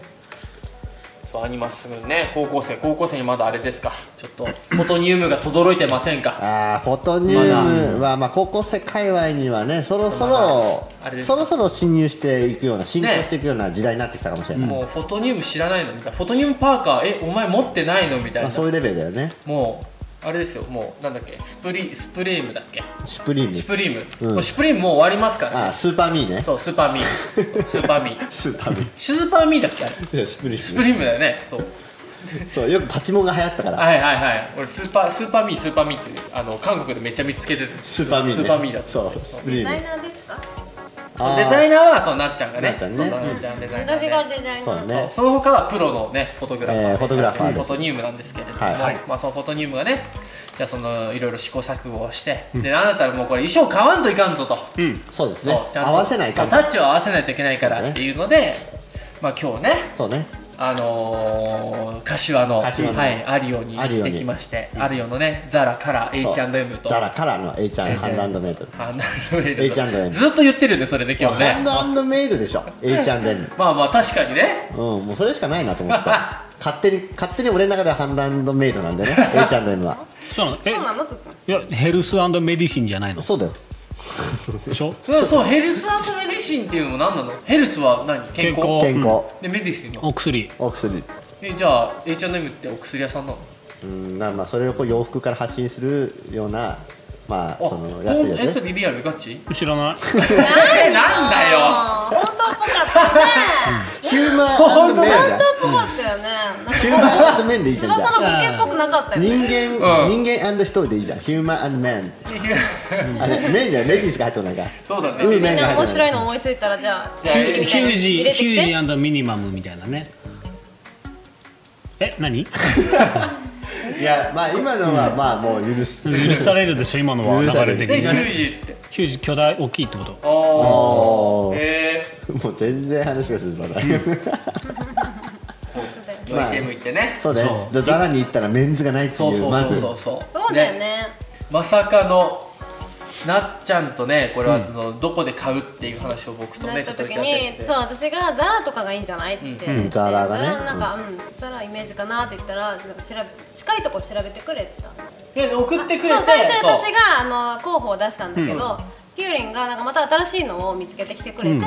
B: そうアニマスね高校生高校生にまだあれですかちちょっとフォトニウムが轟いてませんか
C: あーフォトニウムは、まあ、高校生界隈にはねそろそろ
B: あれです
C: そろそろ侵入していくような進行
B: ね
C: していくような時代になってきたかもしれない、
B: もうフォトニウム知らないのみたいなフォトニウムパーカーえお前持ってないのみたい
C: ま
B: な
C: あ、そういうレベルだよね
B: もうあれですよもうなんだっけスプリスプリームだっけ
C: シュプリーム
B: シュプリーム、
C: うん
B: もうシュプリームもう終わりますから、
C: あースーパーミーね
B: そうスーパーミ ースーパーミー
C: スーパー ミー
B: スーパーミーだっけあれス
C: いやシュプリー
B: プ
C: ム
B: リームだよねそう
C: そうよくパチモンが流行ったから
B: はいはいはい俺スーパースーパーミースーパーミーってあの韓国でめっちゃ見つけてる
C: スーパーミーね
B: スーパーミーだった
C: そうスプリ
D: デ
C: ー
D: ザ
C: ム
D: イナーですか
C: あー
B: デザイナーはそうなっちゃんがね
C: なっちゃんね
B: そうなっちゃんデザイナー
F: 私
B: ね
F: がデザイン
C: そうだね
B: その他はプロのねフォトグラファー,、
C: えーフォトグラファーです
B: フォトニウムなんですけれども、
C: はいはい
B: まあそのフォトニウムがねじゃあそのいろいろ試行錯誤をして、でなんだったらもうこれ衣装買わんといかんぞと、
E: うん
C: そうです
B: そ
C: ね
B: うちゃんと
C: 合わせないか
B: そう
C: ら
B: タッチを合わせないといけないからっていうので、まあ今日ね
C: そうね
B: あのー、柏の
C: 柏の
B: はい、アリオに
C: アリオ
B: 行って
C: に
B: きましてアリオのねザラから H&M と
C: ザラからの A ちゃん
B: H&M
C: ハンドアンドメイド
B: あなるほど
C: H&M
B: ずっと言ってるねそれで今日
C: ハ
B: ね
C: ンドアンドメイドでしょ A ちゃんで
B: まあまあ確かにね
C: うんもうそれしかないなと思った勝手に勝手に俺の中ではハンドアンドメイドなんでね A ちゃんでは
E: そうなのえ
F: そうなのつっくん
E: いやヘルスメディシンじゃないの
C: そうだよ
E: でしょ
B: それそうヘルスメディシンっていうのも何なのヘルスは何健康
E: 健康
C: 健康
B: でメディシンの
E: お薬
C: お薬
B: えじゃあ H&M ってお薬屋さんなの
C: うんなまあそれをこう洋服から発信するようなまあ
B: あ
C: その安いやつ
B: え
C: ね
B: それリアルガチ
E: 知らない
B: えなんだ よ
F: あー本当っぽかったね
C: ヒューマンアンドメイドじゃん
F: 本当っぽかったよねなんか
C: ヒューマンアンドメンでいいじゃんじゃ
F: 翼
C: あ
F: のボケっぽくなかったよ
C: 人
F: ね
C: 間
B: うん
C: 人間アンド人でいいじゃんヒューマンアンドメンあれメンじゃないレディースが入ってこないから
B: そうだね
C: うん
F: みんな面白い
C: の
F: の思いついたらじゃあ
E: ヒューヒュージ
F: 入
E: ー
F: れて
E: ヒュ
F: きて
E: ージーミニマムみたいなねえ何 許
C: いやまあ今のはまあもう許す
E: されるでしょ今のは
C: 許
E: 流
C: され
E: れ
C: る
E: 的
B: え
E: に
B: ヒュー
E: ね
B: ジーって
E: ヒュージー巨大大きいってこと
B: ああ
C: おー
B: へえ
C: もう全然話が進まない
B: 良いチーム行ってね
C: そうだね
E: そう
C: じゃあザラに行ったらメンズがないって
B: そう
C: いう
B: そ
C: ま
B: うそう
C: ず
B: そうそう
F: そうだよね
B: まさかのなっちゃんとねこれはあの、どこで買うっていう話を僕と
F: な
B: ね
F: っ
B: ちょ
F: た
B: っと打
F: 時
B: ち合わせして
F: にそう私がザラとかがいいんじゃないって言って、
C: うんザラがね
F: ザラなんか、うん、ザライメージかなって言ったらなんか調べ近いとこ調べてくれって言ったの
B: で送ってくれて
F: そう最初私
B: そう
F: があの候補を出したんだけど、キュウリンがなんかまた新しいのを見つけてきてくれて、で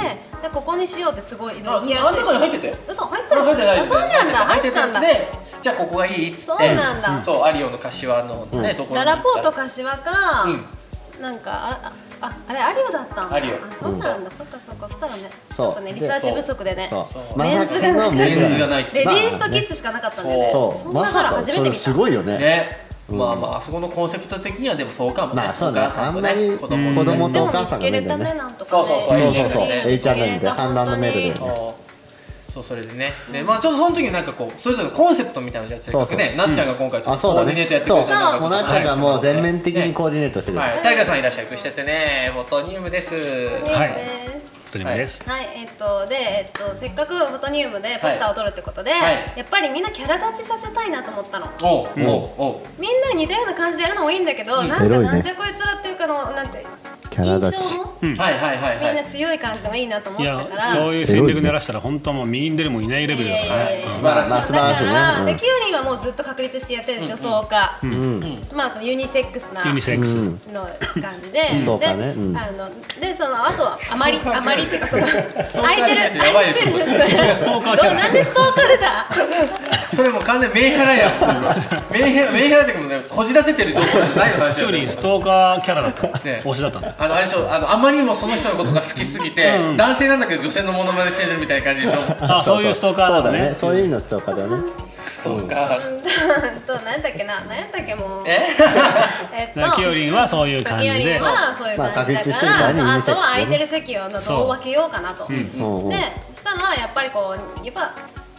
F: ここにしようってすごい
B: あ
F: 行きや
B: あ
F: す
B: ん
F: い
B: 中に入ってたよ
F: 嘘入って
B: これ入っ
F: た
B: てない
F: あそうなんだ入ってたんだ
B: 入ってたやつでじゃあここがいいっつって
F: そうなんだ
B: そうアリオの柏のね、どこに行
F: ラ
B: った
F: ラポート柏か、
B: うん
F: なんかああああれアリオだったんだ
B: アリオ
F: あそうなんだ、そっかそっかそしたらねち
C: そう
F: ょっとねリサーチ不足でね
C: そ
B: そうう
C: まさかのメ
B: メ
F: メ
B: ン
C: ン
B: ズ
C: ズが
B: がな
C: ないい
B: っ
F: レ
B: て
F: ディースとキッズしかなかったんだよね
B: そ
C: そう
F: そん
C: ま
F: な
C: さ
F: から
C: か
F: 初め
C: そ
F: て見
C: れ
F: た
C: すごいよね
B: ねまあまああそこのコンセプト的にはでもそうかもね、
C: まあそう
B: お
C: ね
B: 母さ
C: あ
B: んと
C: ん
B: ね
C: まり子
B: 子供とね
C: 供
F: で
C: とお
F: も
C: 母
F: 見
C: さん
F: つ
C: が
F: け
C: メ
F: れ
C: インだ
F: た
C: よ
F: ね
C: ね
F: なんとか
B: そ
F: ね
B: うそうそう
F: いいの
B: そうそう
F: いいの
C: A ちゃんの
F: 見つけれた
C: 判断のメールで
F: 本当に
B: そうそうそれでねでまあちょっとその時になんかこうそれぞれのコンセプトみたいなのじゃあせっかくね
C: そう
B: なっちゃんが今回ちょ
C: あ
B: っと
C: そう
B: コ
C: だ
B: ーディネ
C: ね
B: ートやってく
C: そ
B: れ
C: う
B: たから
C: もうなっちゃんがもう全面的に
B: ね
C: コーディネートしてくれる
B: はい、タイガさんいらっしゃいくしててね、フォトニウムです。
F: ね
E: はい
F: ね
E: とりあえず
F: はい、えっとで、えっと、せっかくフォトニウムでパスタを撮るってことで、
B: はい
F: やっぱりみんなキャラ立ちさせたいなと思ったの
B: おう、
E: ん
B: おう、おう、
F: みんな似たような感じでやるのもいいんだけど、
B: うん
F: なん
C: エ
F: か
C: ロいね
F: なんじゃこいつらっていうかのなんて
C: キャラ
F: 印
C: 立ち
F: 象も
E: うん
B: はいはいはい
F: みん
B: は。
F: ない強い感じのがいいなと思
E: い
F: った
E: や
F: から
E: そういう戦略狙らしたら本当もう右に出るもいないレベルだから
F: いやいやい
E: ね
F: や
B: 素晴
C: ま
B: ら
C: あ
B: しい
C: まあ素晴らしい
F: だから、
C: ね
F: でキュウリンはもうずっと確立してやってる女装家、
C: うんうん
F: まあそのユニセックスな
E: ユニセックス
C: う
E: うんん
F: の感じで、
C: ストーカーね
F: で、
C: うん
F: あのでそのあとはあまりあまりっていうかその空いてる
B: トーカーじゃないやばい
F: 空い
B: です
F: て
B: よ
F: る
E: ストーカーキ
F: ど
E: ャ
F: う
E: ラ
F: なんでストーカー出 た
B: それもう完全にメンヘラやん。メンヘラ、メンヘラってかもうね、こじらせてるところじゃないの話
E: ヒ
B: よ
E: ョ
B: ね
E: リンストーカーキャラだった
B: ね
E: 推しだったの
B: あの、あれでしょあの、あまりにもその人のことが好きすぎて、
E: うん
B: 男性なんだけど、女性のモノマネしてるみたいな感じでしょ。
E: あそういうストーカー
C: そう
E: だ
C: だ
E: ね
C: ねそういう意味のストーカーだよね
B: そうか。
F: と何だっけな何やったっけもう
B: え。
F: えっと
E: だからキョリンはそういう感
F: 先
E: じ
F: より
E: で
F: はそういう
C: まあ
F: 感
C: 確
F: じ
C: 立
F: だ
C: し
F: か
C: てるから
F: ら、
C: ね
F: そう
C: ユ
F: あ
C: ニセックスね
F: とは空いてる席をどう分けようかなと、
C: うんうん
F: でしたらやっぱりこうやっぱ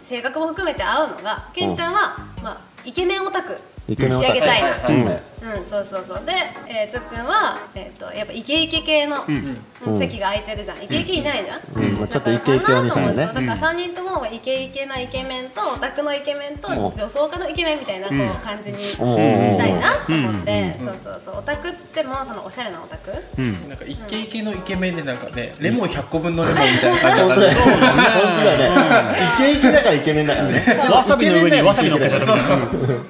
F: 性格も含めて合うのがケンちゃんは、まあ、イケメンオタク
C: イケメンオタク
F: 仕上げたいな、
B: はいはいはい
F: うん、そうそうそうで、えー、つっくんは、えー、とやっぱイケイケ系の、うん
C: うん
F: 席が空いてるじゃんイケイケいないじゃん、
C: うんまあちょっとイケイケお兄さんよね
F: だから3人ともイケイケなイケメンとオタクのイケメンと
C: ん
F: 女装家のイケメンみたいなこう感じにし
C: うんうんうん
F: たいなと思ってそうそうそうオタクっつってもそのおしゃれなオタク
B: なんかイケイケのイケメンで、なんかね、レモン100個分のレモンみたいな感じだ
C: 本
B: か
C: 当
B: ら
C: だ。よね本当だねイケイケだからイケメンだからね
E: わさびの上にわさび乗っけちゃっ
C: イケメ
E: た
C: ンだよね
E: みたいな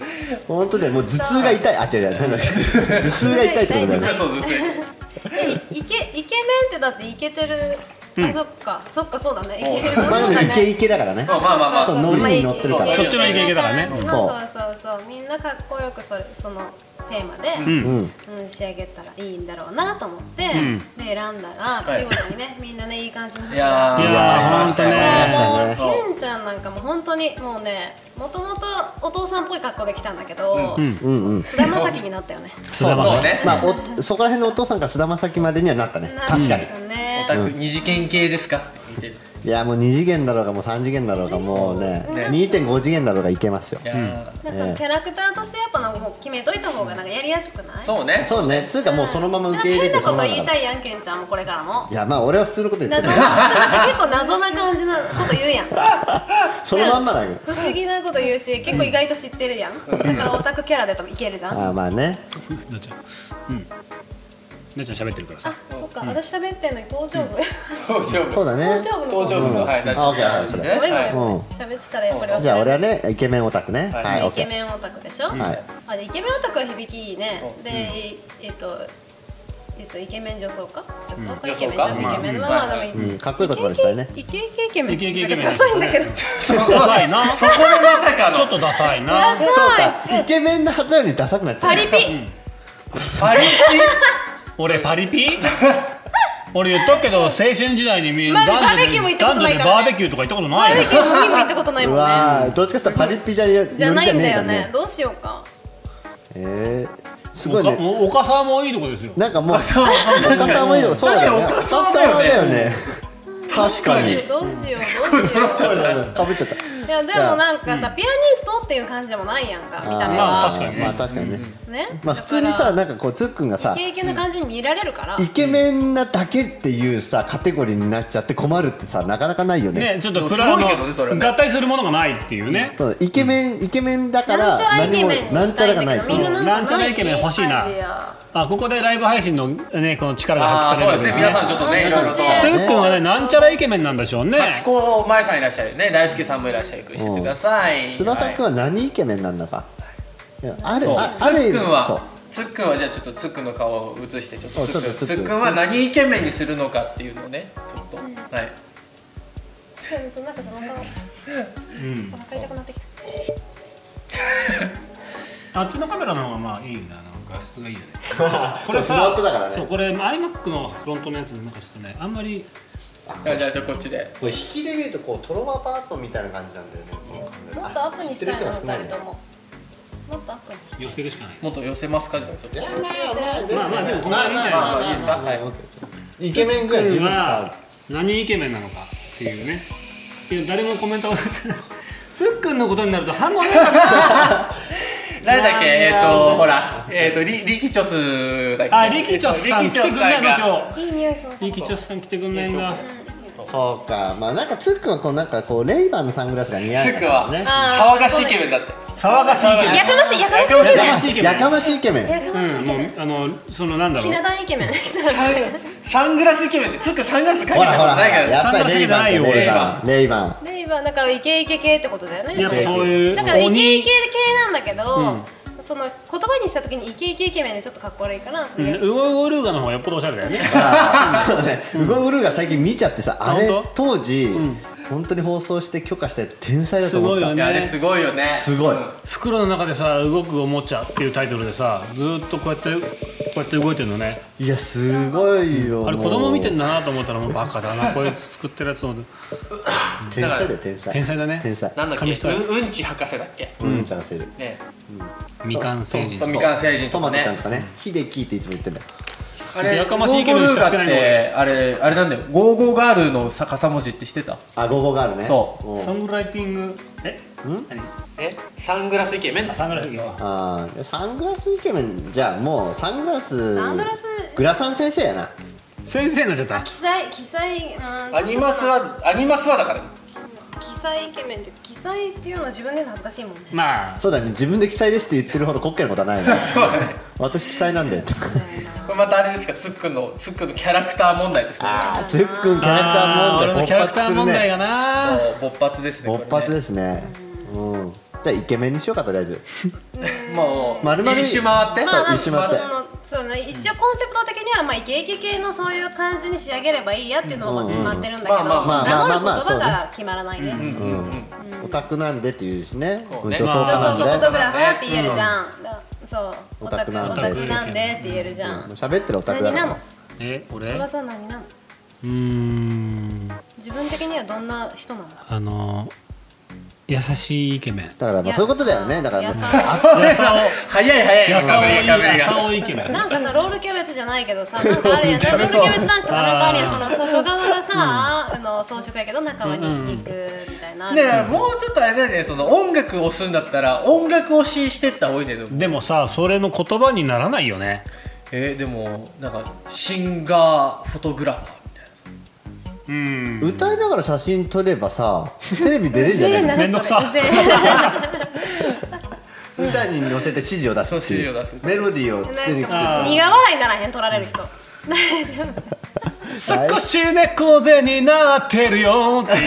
C: 本当でもう頭痛が痛いあ違う違うなんだっけ頭痛が痛いってことだよね
B: そうですね
F: えいイケイケメンってだってイケてる、あそっかそっかそうだねイケメン
C: まあでもイケイケだからね
B: まあまあまあまあ
C: そうノリに乗ってるから
E: そっちのイケイケだからね
F: そうそうそうそうみんなかっこよくそれそのテーマで、
E: うん
C: うん
F: うん、仕上げたらいいんだろうなと思って、
E: ん
F: で選んだら
B: い
F: 見事にねみんなねいい感じに
B: いやー
E: いやーほんと
F: そ
E: ね
F: う
B: そう
F: もうケンちゃんなんかもう本当にもうねもともとお父さんっぽい格好で来たんだけど
E: ん
C: うんうん
F: 菅、田将暉になったよね
E: 菅田
B: そ
E: 将
B: うね
C: まあおそこら辺のお父さんから菅田将暉までにはなったね確かに
F: なったよね
B: オタク二次元系ですかみたいない
C: やもう2次元だろうがもう3次元だろうがもうね
B: ね
C: 2.5次元だろうがいけますよ
B: いやー
F: なんかキャラクターとしてやっぱなんかもう決めといた方がなんかやりやすくない
B: そうね
C: そうねつうかもうそのまま受け入れて
F: なん
C: そ
F: か
C: の
F: 変な
C: まま
F: こと言
C: だ
F: い
C: か
F: た
C: ら
F: いやんけんちゃんもこれからも
C: いやまあ俺は普通のこと言って
F: 謎
C: る
F: なちょっと結構謎な感じのこと言うやん
C: そのまんまだけど
F: 不思議なこと言うし結構意外と知ってるやん、だからオタクキャラで多分いけるじゃん、
C: ああまあね
E: 暉なっちゃんうんなっちゃん喋ってるから
F: あ
E: さ、
F: そっか、私喋ってんのに頭頂部、
B: 頭頂部
C: そうだね
F: 頭頂部
B: 頭
F: の方
B: 頂部のはい大
C: あ
B: 丈
C: オッケーはい
B: 夫
C: それ
B: ね
F: ごめんごめん
B: は
F: ご
C: う
F: め
C: ん
F: ん喋ってたらやっぱり忘れる
C: じゃあ俺はねイケメンオタクね
B: はい
C: はいオッ
F: イ
C: ケー
F: ケメンオタクでしょ、
C: はい
F: あでイケメンオタクは響きいいねで、えっとえっとイケメン女装か女装か、
B: うん
F: イケメン
B: 女装か
F: 女装イケメン
B: うん
F: まあまあでも、
C: うんかっこいい言葉でしたよね
F: イケイケイケメン
E: イケイケイケメン
F: ダサいんだけど
B: い
E: ダサいな
B: そこでまさか
E: ちょっ
B: の
E: とダサいな
F: ダサい
C: そうかイケメンのはずなのにダサくなっちゃ
F: パ
C: う
F: リピ
B: パリピ
E: 俺パリピ俺言ったけど青春時代にみ
F: まだ
E: 男女
F: バーベキューも行ったことない
E: で
F: からね
E: バーベキューとか行ったことな
F: バー
E: い
F: ベ
E: よ
F: キューも海も行ったことないうもんね
C: わーどっちかって言ったらパリピじゃより
F: じ
C: じ
F: ゃ
C: ゃ
F: な
C: ね
F: い
C: え
F: んだ
C: じゃ
F: よ
C: ん
F: ね
C: ね
F: どうしようか
C: えーすごいね
E: おかさんもいいとこですよ
C: なんかもうお
B: そう
C: 母さんもいいのそうだよね
B: 確かにお母
C: お母さんだよね確かに
B: さんだよね
F: どうしよ うどうしよう
C: かぶっちゃった
F: いやでもなんかさ、ピアニストっていう感じでもないやんか見た目
E: まあ
F: は
E: 確かにね
C: まあ確かにね
F: ね
C: まあ普通にさなんかこうつっくんがさ
F: イケイケな感じに見られるから、
C: イケメンなだけっていうさカテゴリーになっちゃって困るってさなかなかないよね
E: ねちょっ
B: で
E: と
B: もす
E: ク
B: ご
E: ラ
B: い
E: ブ
B: けどねそれ
E: の
B: ね
E: 合体するものがないっていうね
C: そうイケメン、イケメンだから
F: なんちゃらイ
C: 何
F: ケ
C: も
F: メン
C: な
F: に
C: ん
F: し
C: ちゃ
F: た
C: ら
F: い
C: が
F: ん
C: な
F: だ
C: い
F: け
C: です
F: どみんななんか
E: なんちゃらイケメン欲しいな
F: アイデア
E: あここでライブ配信のねこの力が
B: あ
E: 発揮
B: ーそ
E: さ
B: う
E: れ
B: で
E: る
B: す
E: ん
B: ね皆さんちょっとねいろいろと
E: つ
F: ね
E: っくんはねなんちゃらイケメンなんでしょうね
B: 八甲前さんいらっしゃるよね大輔さんもいらっしゃるよく知ってください
C: 翼くんは何イケメンなんだか、いやある
B: そう
C: あ
B: つ
C: ある
B: っ
C: 意味
B: くん
C: そう
B: はつっくんはじゃあちょっとつっくんの顔を映してちょっとつっく
C: おちょっと
B: ん
C: つ
B: つ
C: っ
B: っ
C: くん
B: くんは何イケメンにするのかっていうのをねちょっとはい
F: そうなんかその顔
E: うん
F: お腹痛くなってきた
E: あっちのカメラの方がまあいいななんか画質がいいよね こ
C: スマートだからね
E: そうこれ iMac のフロントのやつなんかちょっとねあんまり
B: じゃあじゃあちょっとこっちで
C: これ引きで見るとこうトロマパートみたいな感じなんだよね
F: もっとアップにしたいな
C: 知ってる人が少ない
F: 二
C: ね
F: 人とももっとアップにしたい
E: 寄せるしかない
B: もっと寄せますかじゃあちょっ
C: い
B: と
C: や
E: まあまあでもこの辺いいんじゃない
B: まあまあいいですか
C: はいオッケーイケメンぐらい十分伝わ
E: は何イケメンなのかっていうねいや誰もコメントを つっくんのことになると反応なかった
B: 誰だっけ
E: まあ
B: えっ
E: まあ
B: とほらえっとリリキチョスだっけ
E: あリキチョスさん来てくんないの
B: が
E: 今
F: いい匂いする
E: 日リキチョスさん来てくんないんだ
C: るそうかまあなんかつっくんはこうなんかこうレイバンのサングラスが似合う
B: つっくんは
C: ね
F: あー
B: 騒がしいイケメンだって
E: 騒がしいイケメン
F: やかましいやかましい
E: やかましいイケメン
C: やかましいイケメン
F: やかましい
E: うんもうあのそのなんだ
F: ひ
E: ろう
F: な壇イケメン
B: サングラスイケメンってつっくんサングラスかけ
C: ほ
B: たこ
C: ら
B: と
C: ほら
B: ないから
C: やっぱりレイバンってレイバンレイバン
F: で今だからイケイケ系ってことだよね
E: やっぱそういう
F: だからイケイ
E: 鬼
F: ケ系なんだけど、その言葉にした時にイケイケイケメンでちょっとかっこ悪いからそれ、
E: うんウゴウゴルーガの方がよっぽどおしゃれだよね
C: あーそうね、ウゴウルが最近見ちゃってさ、あれ
E: 本当
C: 当時、本当に放送して許可したやつ天才だと思っ
E: すご
C: た
E: いよ
B: い
E: ね
B: やあれすごいよね
C: すごい
B: うん
E: 袋の中でさ「動くおもちゃ」っていうタイトルでさずーっとこうやってこうやって動いてるのね
C: いやすごいよ
E: あれ子供見てん
C: の
E: だなと思ったらもうバカだなこいつ作ってるやつの
C: 天才だよ天才
E: 天才だね
C: 天才
B: なんだっけ
E: 紙一重
B: ううんち博士だっけ
C: うんちゃんせる
B: ね
E: 未完成人
B: そう未完成人
C: ト
B: と
C: マ
B: か
C: ト
B: ね
C: ちゃんとかね秀樹っていつも言ってんだよ
B: あれ
E: やかましいイケメンしか来てない
B: ゴ
E: の
B: ーゴルーガってあれあれなんだよゴーゴーガールの逆さ文字ってしてた
C: あゴゴがあるね
B: そうん
E: サングライティングえ
C: ん
E: 何
B: えサングラスイケメン
E: あサングライティングは
C: あーサングラスイケメンじゃあもうサングラス
F: サングラス
C: グラサン先生やな
E: 先生になっちゃった
F: 記載記載うん
B: アニマスはアニマスはだから
F: 記載イケメンって記載っていうのは自分で言うの恥ずかしいもんね
E: まあ
C: そうだね自分で記載ですって言ってるほど滑稽なことはないね
B: そうだね
C: 私記載なんで
B: これまたあれですかつっくんのつっくんのキャラクター問題ですね
C: あーつっくんキャラクター問題
E: 俺のキャラクター問題が
B: あ
E: な
B: 勃発ですね
C: 勃発ですすね。うん。じゃあイケメンにしようかとりあえず。
F: う
B: もう
C: 丸々
B: 一周回って
C: そう
F: まあ、
C: 一周回って
F: そのそうね、一応コンセプト的には、まあ、イケイケ系のそういう感じに仕上げればいいやっていうのは決まってるんだけど、
B: うんうんうんま
C: あまあまあまあまあ
F: 名乗る言葉が決まらないね。
C: う
F: 女
C: んオタクなんでっていうしね
B: そう
C: 女
B: ね
C: 装
E: まあ
C: 家
F: 装と
C: なんで
F: フォトグラファーって言えるじゃん。だそう、
C: オ
F: オ
C: タ
F: タ
C: ク
F: ク
C: なん
F: オ
C: で
F: タクなんでって言えるじゃん。
C: 喋ってるオタクだか
F: 何
C: ら
F: なの？
E: え俺
F: それは
E: う
F: そう何なの？
E: ーん
F: 自分的にはどんな人なの？
E: あの優しいイケメン
C: だからまあそういうことだよねだから
F: い
C: ま
F: や
C: あ
F: さ
E: 優さ
B: 早い早い
E: お優さお
B: 今カメラ
E: 優
B: が
E: さおイケメン
F: なん かさロールキャベツじゃないけどさなんかあれやんロールキャベツ男子とかなんかあれやんその外側がさ、あの装飾やけど中は肉みたいな、
B: ねえもうちょっとあれだよねその音楽をするんだったら音楽推ししてった方がいいねでも
E: でもさそれの言葉にならないよね
B: えー、でもなんかシンガーフォトグラファーみたいな
E: うん
C: 歌いながら写真撮ればさテレビ出れるんじゃないの
E: めんどくさ
F: うぜえな
C: 歌に乗せて指示を出すっていう
B: そう指示を出す
C: メロディーを常に
F: なん
C: 来て
F: か
E: あー
F: 苦笑いにならへん取られる人大丈夫
E: 少し猫背になってるよっていう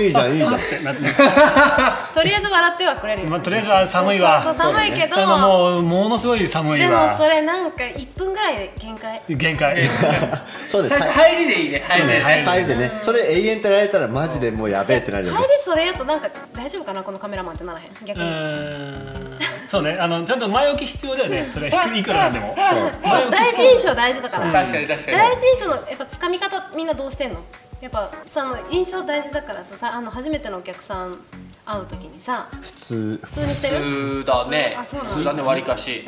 C: るいいじゃんいいじゃん
E: なって
F: とりあえず笑ってはくれるよ、
E: まあとりあえずは寒いわ
F: そうそう寒いけど、
E: ただもうものすごい寒い
F: でもそ
E: わ
F: れなんか1分ぐらいで限界
E: 限界
C: そうです
B: 最初入りでいいね入りで入り
C: 入るでねそれ永遠ってやられたらマジでもうやべえってなるよ
F: 入
C: ね
F: りそれやとなんか大丈夫かなこのカメラマンってならへん逆
E: う
F: に、
E: ーんそうねあのちゃんと前置き必要だよねそれいくらなんでも
F: まあ第一印象大事だから、
B: 確かに確かに
F: 第一印象のやっぱ掴み方みんなどうしてんのやっぱその印象大事だからささあの初めてのお客さん会う時にさ
C: 普通
F: 普通にして
B: 普
F: る
B: 通だね
F: あそうなんだ
B: 普通だねわりかし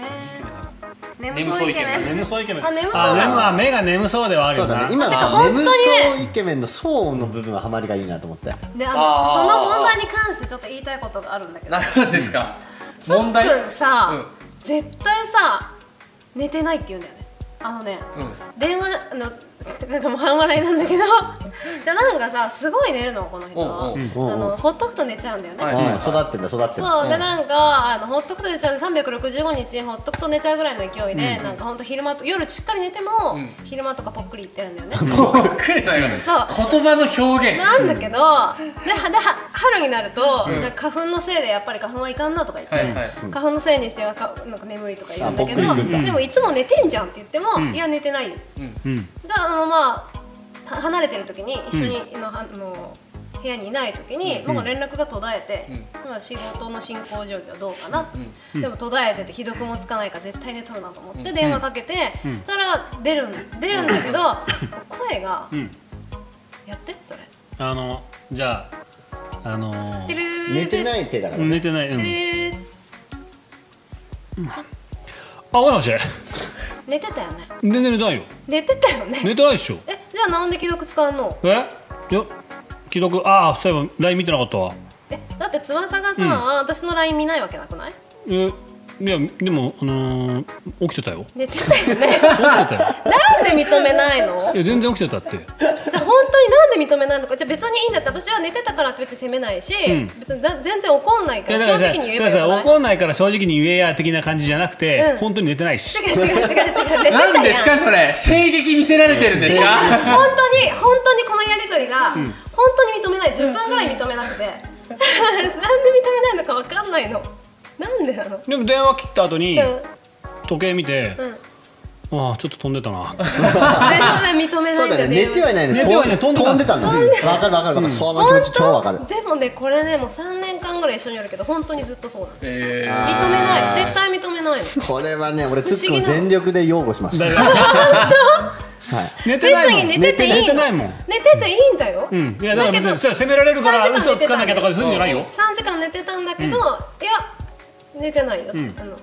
F: えー、眠そうイケメン
E: 眠そうイケメン
F: あ眠そうだ
E: あ眠あ目が眠そうではある
C: そう
E: よな
C: だね今
F: てか
C: さ
F: 本当に
C: 眠
F: ね
C: そうイケメンの層の部分はハマりがいいなと思って
F: であ
B: あー
F: のその問題に関してちょっと言いたいことがあるんだけど
B: 何ですか問題
F: くんさ、
B: うん
F: 絶対さ寝てないって言うんだよねあのね、
B: う
F: 電話あのなんかもう半笑いなんだけどじゃあなんかさすごい寝るのこの人
B: おうおう
F: あのほっとくと寝ちゃうんだよね、
B: は
C: う
B: い
C: ん育ってんだ育ってんだ
F: そうでなんかあのほっとくと寝ちゃうんで365日ほっとくと寝ちゃうぐらいの勢いで、なんかほんと昼間と夜しっかり寝ても、
B: ん
F: 昼間とかぽっくりいってるんだよね
B: ぽっくりされまし
F: そう
B: た言葉の表現
F: なん だけどではでは春になると、なんか花粉のせいでやっぱり花粉はいかんなとか言って、
B: はいはい
F: 花粉のせいにしてはかなんか眠いとか言うんだけど
C: あぽっくりくんだ
F: でもいつも寝てんじゃんって言っても、いや寝てないよ
E: うん
F: だからあのまあは離れてる時に一緒にの、あの部屋にいない時に、もう連絡が途絶えて、まあ仕事の進行状況どうかな、でも途絶えてて既読もつかないから絶対寝とるなと思って電話かけて、そしたら出るん出るんだけど、声が、
E: ん
F: やってそれ。
E: あのじゃああのー
C: 寝て
F: い。
C: ない手だからね
E: 寝てないうんあもしもし
F: 寝てたよね。
E: 全然寝てないよ
F: 寝てたよね。
E: 寝てないでしょ
F: え、じゃあなんで既読使うの？
E: えよ既読ああそういえば LINE 見てなかったわ
F: え、だって翼がさ、
E: うん
F: 私のライン見ないわけなくない？
E: えいやでもあのー、起きてたよ
F: 寝てたよね。
E: 起きてたよ
F: なんで認めないの
E: い？や全然起きてたって
F: じゃあ本当になんで認めないのか。じゃあ別にいいんだって私は寝てたからって別に責めないし、
E: ん
F: 別にな全然怒んないから 正直に言えば
E: だか
F: よ
E: ら
F: く
E: さ
F: ない。
E: 怒んないから正直に言えや的な感じじゃなくて、
F: うん
E: 本当に寝てないし
F: 違う違う違う違う寝てたやん
B: 何ですかそれ声劇見せられてるんですか
F: 本当に本当にこのやりとりが、本当に認めない10分ぐらい認めなくて、なんで認めないのかわかんないのなんでなの、
E: でも電話切った後に
F: うん
E: 時計見て、
F: うん
E: ああちょっと飛んでた な
F: 大丈夫だよ認めな
C: そ
F: い
C: うんだ
F: だよ
C: よね寝てはいないの
E: 寝てはいない飛んでた
C: 飛んでたんだよわかるわかるわかるその気持
F: 本
C: ち超わかる
F: 当でもねこれねもう3年間ぐらい一緒にやるけど本当にずっとそうなの認
B: えー
C: 認
F: めない絶対認めないの
C: これはね俺ツッ
F: 不
C: コ
F: 思
C: ン
F: 議な
C: 全力で擁護しますはい
E: 寝
F: 別
E: てないも
F: に
E: ん
F: 寝てていいの
E: 寝てないもん
F: 寝てていいんだよ、
E: うんいやだから別
F: だ
E: に
F: けど
E: それは責められるから
F: 3時
E: 嘘
F: 間
E: をつかなきゃとかそういうんじゃないよ
F: 3時間寝てたんだけど、いや寝てないよ、あの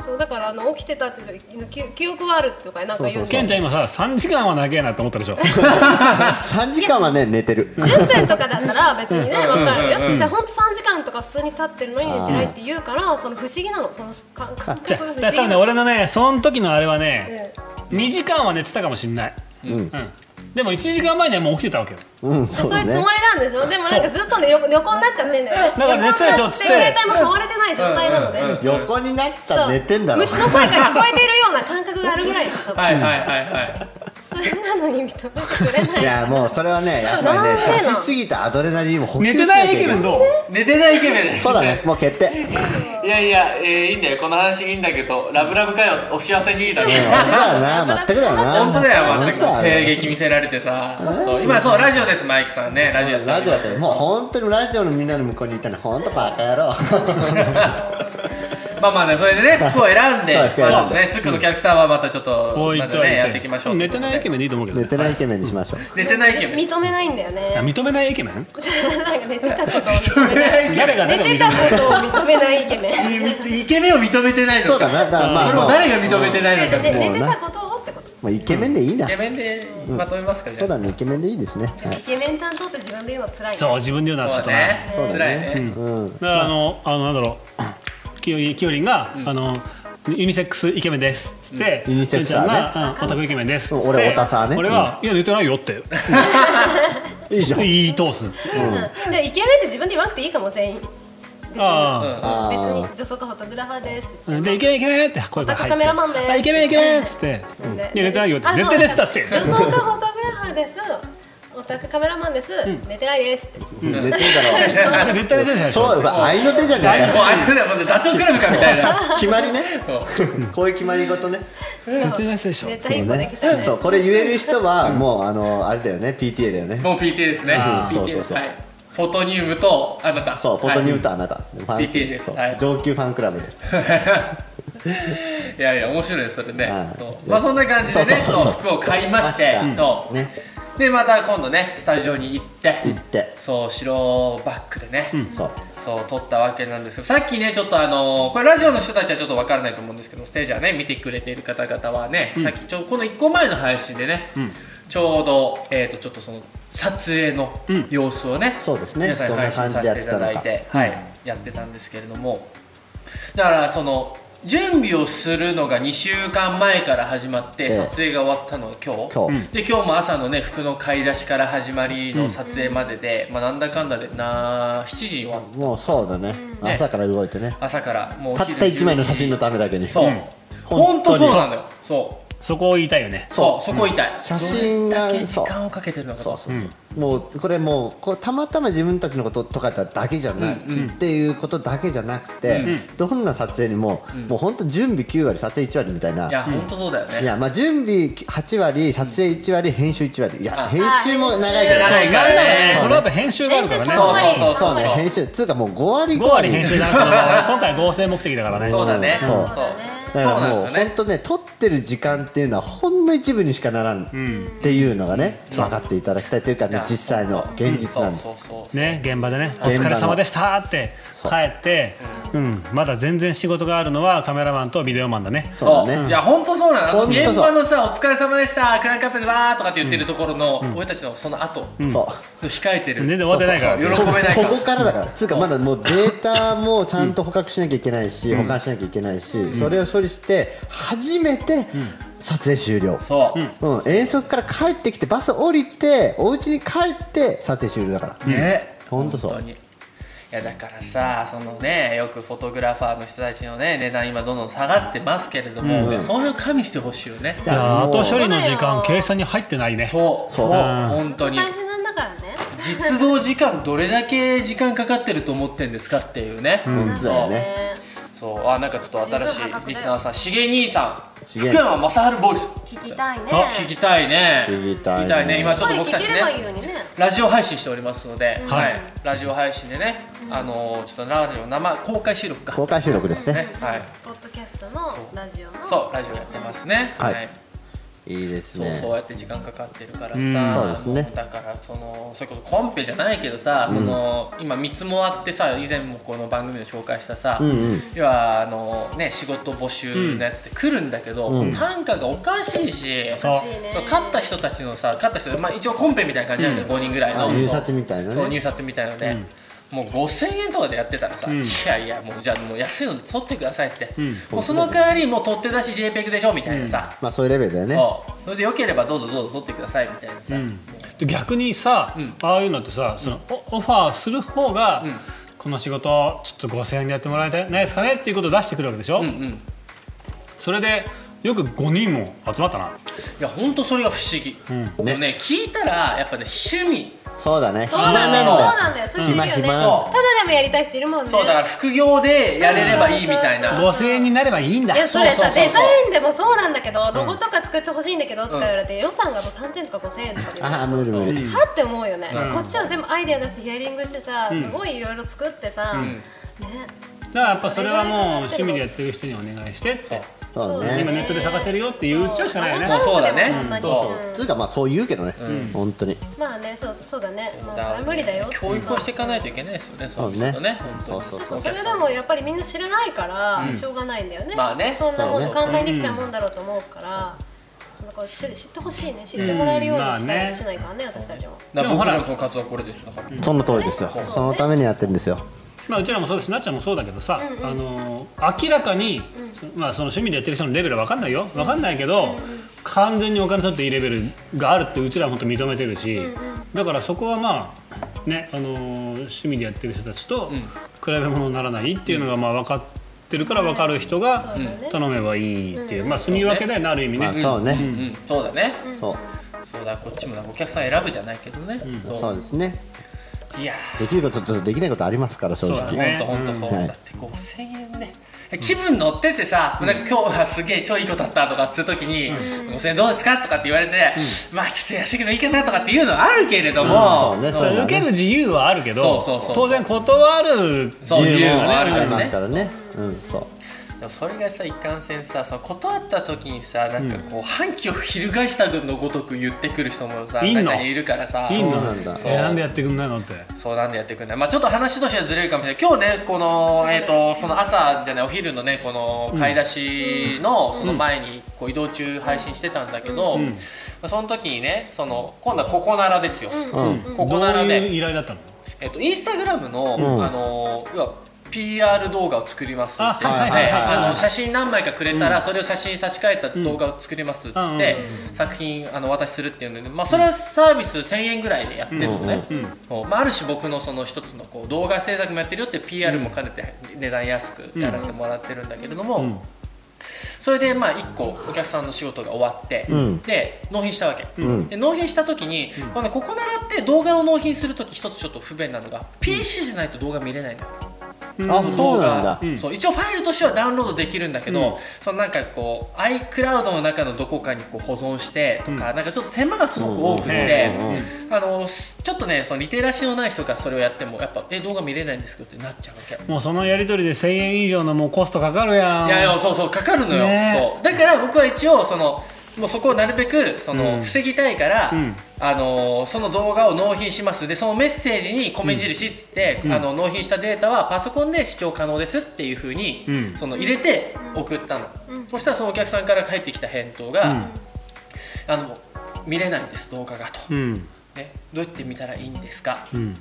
F: そうだからあの起きてたっていう時の記記憶はあるとかなんか言うんだよ
E: ケンちゃん今さ3時間は長えなって思ったでしょ
C: 3時間はね寝てる
F: 10分とかだったら別にね分か
B: う
F: る
B: んうん
F: よじゃあほんと3時間とか普通に立ってるのに寝てないって言うからその不思議なのその感感
E: じゃ
F: 覚が不
E: あ
F: 思議
E: だからね俺のねその時のあれはね、
F: う
E: 2時間は寝てたかもしんない、うんでも1時間前にはもう起きてたわけよ
C: うん
F: ん
C: そ
F: そうういう
C: だ
F: つもり
C: ね
F: なんでしょでもなんかずっとね横横になっちゃってんだよね
E: だから寝てたでしょっつって
F: 横にな携帯も触れてない状態なので
B: うんうんうん
C: 横になった
F: そ
C: ら
F: う
C: 寝てんだろ
F: 虫の声が聞こえているような感覚があるぐらいの多分
B: はいはいはいはい
F: それなのに認めてくれない
C: いやもうそれはねやっぱり
F: なんで
C: ね
F: な
C: 出しすぎたアドレナリンを補給
E: 寝
C: して
E: ないイケメンどう
B: 寝てないイケメンです
C: そうだねもう決定
B: いやいや、えー、いいんだよこの話いいんだけどラブラブかよお幸せにだ
C: うん
B: ね
C: 本当だよな全くだよな
B: 本当だよ全く
C: 本当だ
B: 性
C: よ
B: 劇見せられてさそう今そうラジオですマイクさんねラジオやってる
C: ラジオだったらもう本当にラジオのみんなの向こうにいたの本当バカ野 郎
B: まあまあねそれ でね服を選んで
C: そう服選んで
B: そうねつっくのキャラクターはまたちょっと
E: 置い
B: また
E: とい
B: ね
E: て
B: やっていきましょう
E: 寝てないイケメンでいいと思うけど
C: 寝
E: ね
C: てないイケメンにしましょう
B: 寝てないイケメン
F: 認めないんだよ
E: あ
F: ね
E: 認めないイケメン
F: なんか寝てたことを認めない
E: 誰が
F: 寝
E: 誰を
F: て
E: 認め
F: た
E: ない
F: ことを認めないイケメン
B: イケメンを認めてないのか
C: そうだなだからま
B: そ
C: あ
B: れも
C: もう
B: 誰が認めてないのか
F: で
B: みたいな
F: 寝てたことをってこと
C: もうイケメンでいいな
B: イケメンでまとめますかじゃ
C: そ
B: あ
C: うだねイケメンでいいですねは
F: イケメン担当って自分で言うの辛いね
E: そう自分で言うのはち
B: そ
E: ょっ
B: う
E: と
B: だ
E: なだ,、
B: ね
C: そうだね
B: 辛いね
C: うんうん
E: からあのあのなんだろうきよりきよりんが、あのユニセックスイケメンですっつって、
C: うんユニセックスだね
E: きよりちゃんが、うん、オタクイケメンですっつって
C: そう俺オタサーね
E: 俺が、いや寝てないよって
C: いいじゃん
E: 言い通す
F: うんでイケメンって自分で言わなくていいかも全員別
E: あ
C: あ
F: に女装かフォトグラファーですって
E: あでイケメンイケメンって声が入って
F: オタクカメラマンです
E: あイケメンイケメンっつって、いや寝てないよって
F: あ
E: 絶対寝てたって
F: そう女装家フォトグラファーですオタクカメラマンです、寝てないですって
C: 寝てるだろ
E: 絶対寝てたで
C: う
E: しょ
C: そうやっぱ愛の手じゃない
B: 最後あれだよもうダチョウ倶楽部かみたいな
C: 決まりね
B: そう
C: こういう決まり事ね
E: 絶対寝てたでしょ
F: 寝た
C: そ
F: いう子できた
C: ね
F: ね
C: そうこれ言える人はもうあのあれだよね PTA だよね
B: もう PT ですね
E: あ
C: ー
B: PT
C: そうそうそう
B: はいフォトニウムとあなた
C: そうフォトニュー
B: タ
C: ターあなたファン
B: PT です
C: そう
B: はい
C: 上級ファンクラブです
B: いやいや面白いですそれね
C: はい
B: そうまあそんな感じでね
C: そうそうそうそう
B: そう服を買いまして
C: うん
B: そう
C: ね
B: でまた今度ねスタジオに行って
C: 行って
B: そう白バックでね
C: そう
B: そう撮ったわけなんですけどさっきねちょっとあのこれラジオの人たちはちょっとわからないと思うんですけどステージはね見てくれている方々はね、さっきちょこの1個前の配信でね、ちょうど、えー、とちょっとその撮影の
E: うん
B: 様子をね、
C: そうですね
B: 皆さんに配信させていただい
C: どんな感じでや
B: て、はい、やってたんですけれどもだからその準備をするのが2週間前から始まって、
C: ええ
B: 撮影が終わったのが今日
C: 今日
B: で今日も朝のね服の買い出しから始まりの撮影までで、まあ、なんだかんだでな7時に終わっ
C: もうそうだね
B: ん
C: 朝から動いてね
B: 朝からもうお
C: た
B: 昼
C: った1枚の写真の
B: 12
C: ためだけに
B: 時そう、
E: うん
B: 本当
C: 本当に
B: そうなんだよそう
E: そこを言いたいよね
B: そ
C: そう
B: うそこ痛い、
C: 写真が
B: どれだけ時
C: そう
B: 間をかけてるのかと
C: そうそうそう、もうこれもうこうたまたま自分たちのこととかだけじゃない、っていうことだけじゃなくて、どんな撮影にも、もう本当準備9割撮影1割みたいない
B: や本当そうだよね
C: いやまあ準備8割撮影1割編集1割い
B: あ
C: や編集も長いけど
B: あ長いからね
E: そうこの後編集があるから
F: 編
E: ね
F: 集
B: そう
F: 三
B: そう
F: 割
B: そう
C: そうね
B: そう
C: 編集つうかもう5割5
E: 5割編集だな今回合成目的だからね
B: そうだね
C: そう
B: そう
C: そう
F: だね
C: だから
B: そう
C: もう
B: な
C: ん
B: ですよね
C: 本当ね撮ってる時間っていうのはほんの一部にしかならんっていうのがね、分かっていただきたいというかね、
B: や
C: 実際の現実なんです、
B: そうそうそう
E: ね現場でね「お
C: 現場の
E: 疲れ様でした」って帰
C: そう
E: ってうんまだ全然仕事があるのはカメラマンとビデオマンだね
C: そう
B: そう
C: だね
B: いや本当そうなのあの
C: ほんとそう
B: 現場のさ「お疲れ様でしたクランクアップでわー」とかって言ってるところの、俺たちのその後、
C: そう
B: 控えてる
E: 全然終わってないから
B: そうそう喜べないか
C: こ
B: ら
C: こからだからつうかまだもうデータもちゃんと捕獲しなきゃいけないし、保管しなきゃいけないし、それを処理して初めて撮影終了、
B: そう、
C: うん遠足から帰ってきてバス降りてお家に帰って撮影終了だから、
B: ね
C: ほんとそう
B: 本にいやだからさそのねよくフォトグラファーの人たちのね値段今どんどん下がってますけれども、ねそれを加味してほしいよね
C: い
E: いや
C: もう
E: 後処理の時間計算に入ってないね
B: そうそう
C: そう
B: 本当に
F: 大変なんだからね
B: 実動時間どれだけ時間かかってると思ってんですかっていうね、
C: 本当だよね
F: ね
B: そうそうあなんかちょっと新しいリスナーさんしげ兄さん
C: しげ
B: 福山雅治ボイス
F: 聞きたいね
B: あ聞きたいね
C: 聞きたいね
B: 今ちょっと
F: 声
B: 僕た
F: 聞
B: ち
F: け
B: ね
F: ればいいのにね
B: ラジオ配信しておりますので、は
E: はい
B: い、ラジオ配信でね、あのーちょっとラジオ生公開収録か、
C: 公開収録ですね
B: ね、はい、
F: ポッドキャストのラジオの
B: そうラジオやってますね、
C: はいいいです
B: そう
C: ね
B: そうやって時間かかってるからさ、
E: ん
C: そうですね
B: もだからそのそれこそコンペじゃないけどさ、その今三つもあってさ以前もこの番組で紹介したさ、
C: うんうん
B: 要はあのね仕事募集のやつって来るんだけど、
C: うん
B: 単価がおかしいし、
E: そう
F: 欲しいね
B: そう勝った人たちのさ勝った人、まあ、一応コンペみたいな感じなんだけど、5人ぐらい
C: あ
B: の
C: 入札みたいな
B: そう
C: ね
B: 入札みたいので、もう5000円とかでやってたらさ、
E: ん
B: いやいやもうじゃあもう安いので取ってくださいって、
E: ん
B: もうその代わりもう取って出し JPEG でしょみたいなさ、
C: まあそういうレベルだよね
B: そうそれでよければどうぞどうぞ取ってくださいみたいなさ、
E: で逆にさ
B: ん
E: ああいうのってさそのおオファーする方がこの仕事ちょっと5000円でやってもらえないですかねっていうことを出してくるわけでしょ
B: うんうん
E: それでよく5人も集まったな、
B: いや本当それが不思議、
C: ん
B: でもね聞いたらやっぱね趣味
C: そうだね
D: そう
C: 暇
D: なだ
C: なんん
D: よそうな
C: だ
D: んだよそれ知る
C: 暇
D: よねただで
C: 暇
D: もやりたい人いるもんね
B: そうだから副業でやれればいいみたい
D: そうそうそう
B: な
D: そう
E: 五千円になればいいんだ
D: いやそれ
B: そうそ
D: さ
B: うそうそう
D: デザインでもそうなんだけどロゴとか作ってほしいんだけどとか言われて予算がもう3000とか5000円とかで
C: ああ無理無理
D: はって思うよね、こっちは全部アイデア出してヒアリングしてさ、すごいいろいろ作ってさ、ね
E: だからやっぱそれはもう趣味でやってる人にお願いしてって
C: そう
D: そう
E: 今
C: ね
E: ネットで探せるよって言っちゃうしかないよ
B: も
E: ね
B: うそうだね
D: そんなに
C: そうそうつうかまあそう言うけどね本当に
D: まあねそうそうだねもうそれは無理だよって
B: 教育をしていかないといけないですよねそういうことね本当に
C: そうそうそう
D: それでもやっぱりみんな知らないからしょうがないんだよね,、
B: まあね
D: そんなも
C: そうね
D: ん簡単にできちゃうもんだろうと思うから、そんなこう知知ってほしいね知ってもらえるように
E: うん
D: した
E: まあ
D: い、
E: ね
D: しないからね私たちも
B: だから
E: でもほ
B: 僕
E: ら
B: らのその活動はこれですよだから
C: その通りですよ
D: そうね
C: そのためにやってるんですよ
E: まあうちらもそうだしなっちゃんもそうだけどさ、あのー明らかに、そまあその趣味でやってる人のレベルは分かんないよ分かんないけど、完全にお金取っていいレベルがあるってうちらも本当認めてるし、だからそこはまあねあのー趣味でやってる人たちと比べ物にならないっていうのがまあ分かってるから分かる人が
D: そうだね
E: 頼めばいいっていう、まあ住み分けだよねある意味ね。
C: まあそう
B: う
C: ね
B: んそうだね
C: そ
B: そうだこっちもだお客さん選ぶじゃないけどね
C: うそうですね
B: ういや
C: できることとできないことありますから正
E: そうだ
C: 直
E: ね
B: ほんとほんとそう、
C: はい
B: だって5000円ね気分乗っててさ、なんか今日はすげえ超いいことあったとかっつう時に、5000円どうですかとかって言われて、まあちょっと安いけどいいかなとかっていうのはあるけれども、
C: うんそうね
E: それ
C: そうだね
E: 受ける自由はあるけど
B: そうそうそう
E: 当然断る
B: そう
C: 自由も
B: は
C: あ
B: あるから
C: りま
B: ね
C: すからねうんそう
B: でもそれがさ一貫性さその断った時にさなんかこう、反旗を翻したのごとく言ってくる人もさ
E: いんの
B: 中にいるからさ
E: いい
C: の
E: ん
C: そ
E: だ
C: うなんだ
E: えなんでやってくんないのって。
B: そうなんでやってくんない、まあ、ちょっと話としてはずれるかもしれない今日ねこの,、えー、とその朝じゃないお昼のねこの買い出しのその前にこう移動中配信してたんだけど、
E: ん
B: その時にねその今度はここならですよ、
C: うん
B: ここなら
E: どういう
B: で、
E: 依頼だったの
B: えー、とインスタグラムの、
C: ん
B: あの要は PR 動画を作りますって言
E: あ
B: っ
E: はい
B: て
C: はいはいはい
B: あの写真何枚かくれたら、それを写真に差し替えた動画を作りますって言って、作品あのお渡しするっていうので、まあ、それはサービス1000円ぐらいでやってるのね、
E: うんうん
B: そうまあ、ある種僕のその一つのこう動画制作もやってるよって PR も兼ねて値段安くやらせてもらってるんだけれども、
E: ん
B: それでまあ1個お客さんの仕事が終わって、
C: ん
B: で納品したわけ、
C: ん
B: で納品した時に、このここならって動画を納品する時一つちょっと不便なのが PC じゃないと動画見れないのよ
C: あそうなんだ
E: ん
B: そう一応ファイルとしてはダウンロードできるんだけど、そのなんかこう iCloud の中のどこかにこう保存してとか、なんかちょっと手間がすごく多くて、
C: うんうん
B: あのちょっとねそのリテラシーのない人がそれをやってもやっぱえ動画見れないんですけどってなっちゃうわけ。
E: もうそのやり取りで1000円以上のもうコストかかるやん
B: いやいやそうそうかかるのよ、
E: ねえ
B: そうだから僕は一応そのもうそこをなるべくその、
E: うん
B: 防ぎたいから、
E: ん
B: あのーその動画を納品しますでそのメッセージに米印っつって、あの納品したデータはパソコンで視聴可能ですっていうふうに、
E: うん
B: その入れて送ったの、そしたらそのお客さんから返ってきた返答が、
E: うん
B: あの見れないんです動画がと、
E: うん
B: ね、どうやって見たらいいんですか
E: うん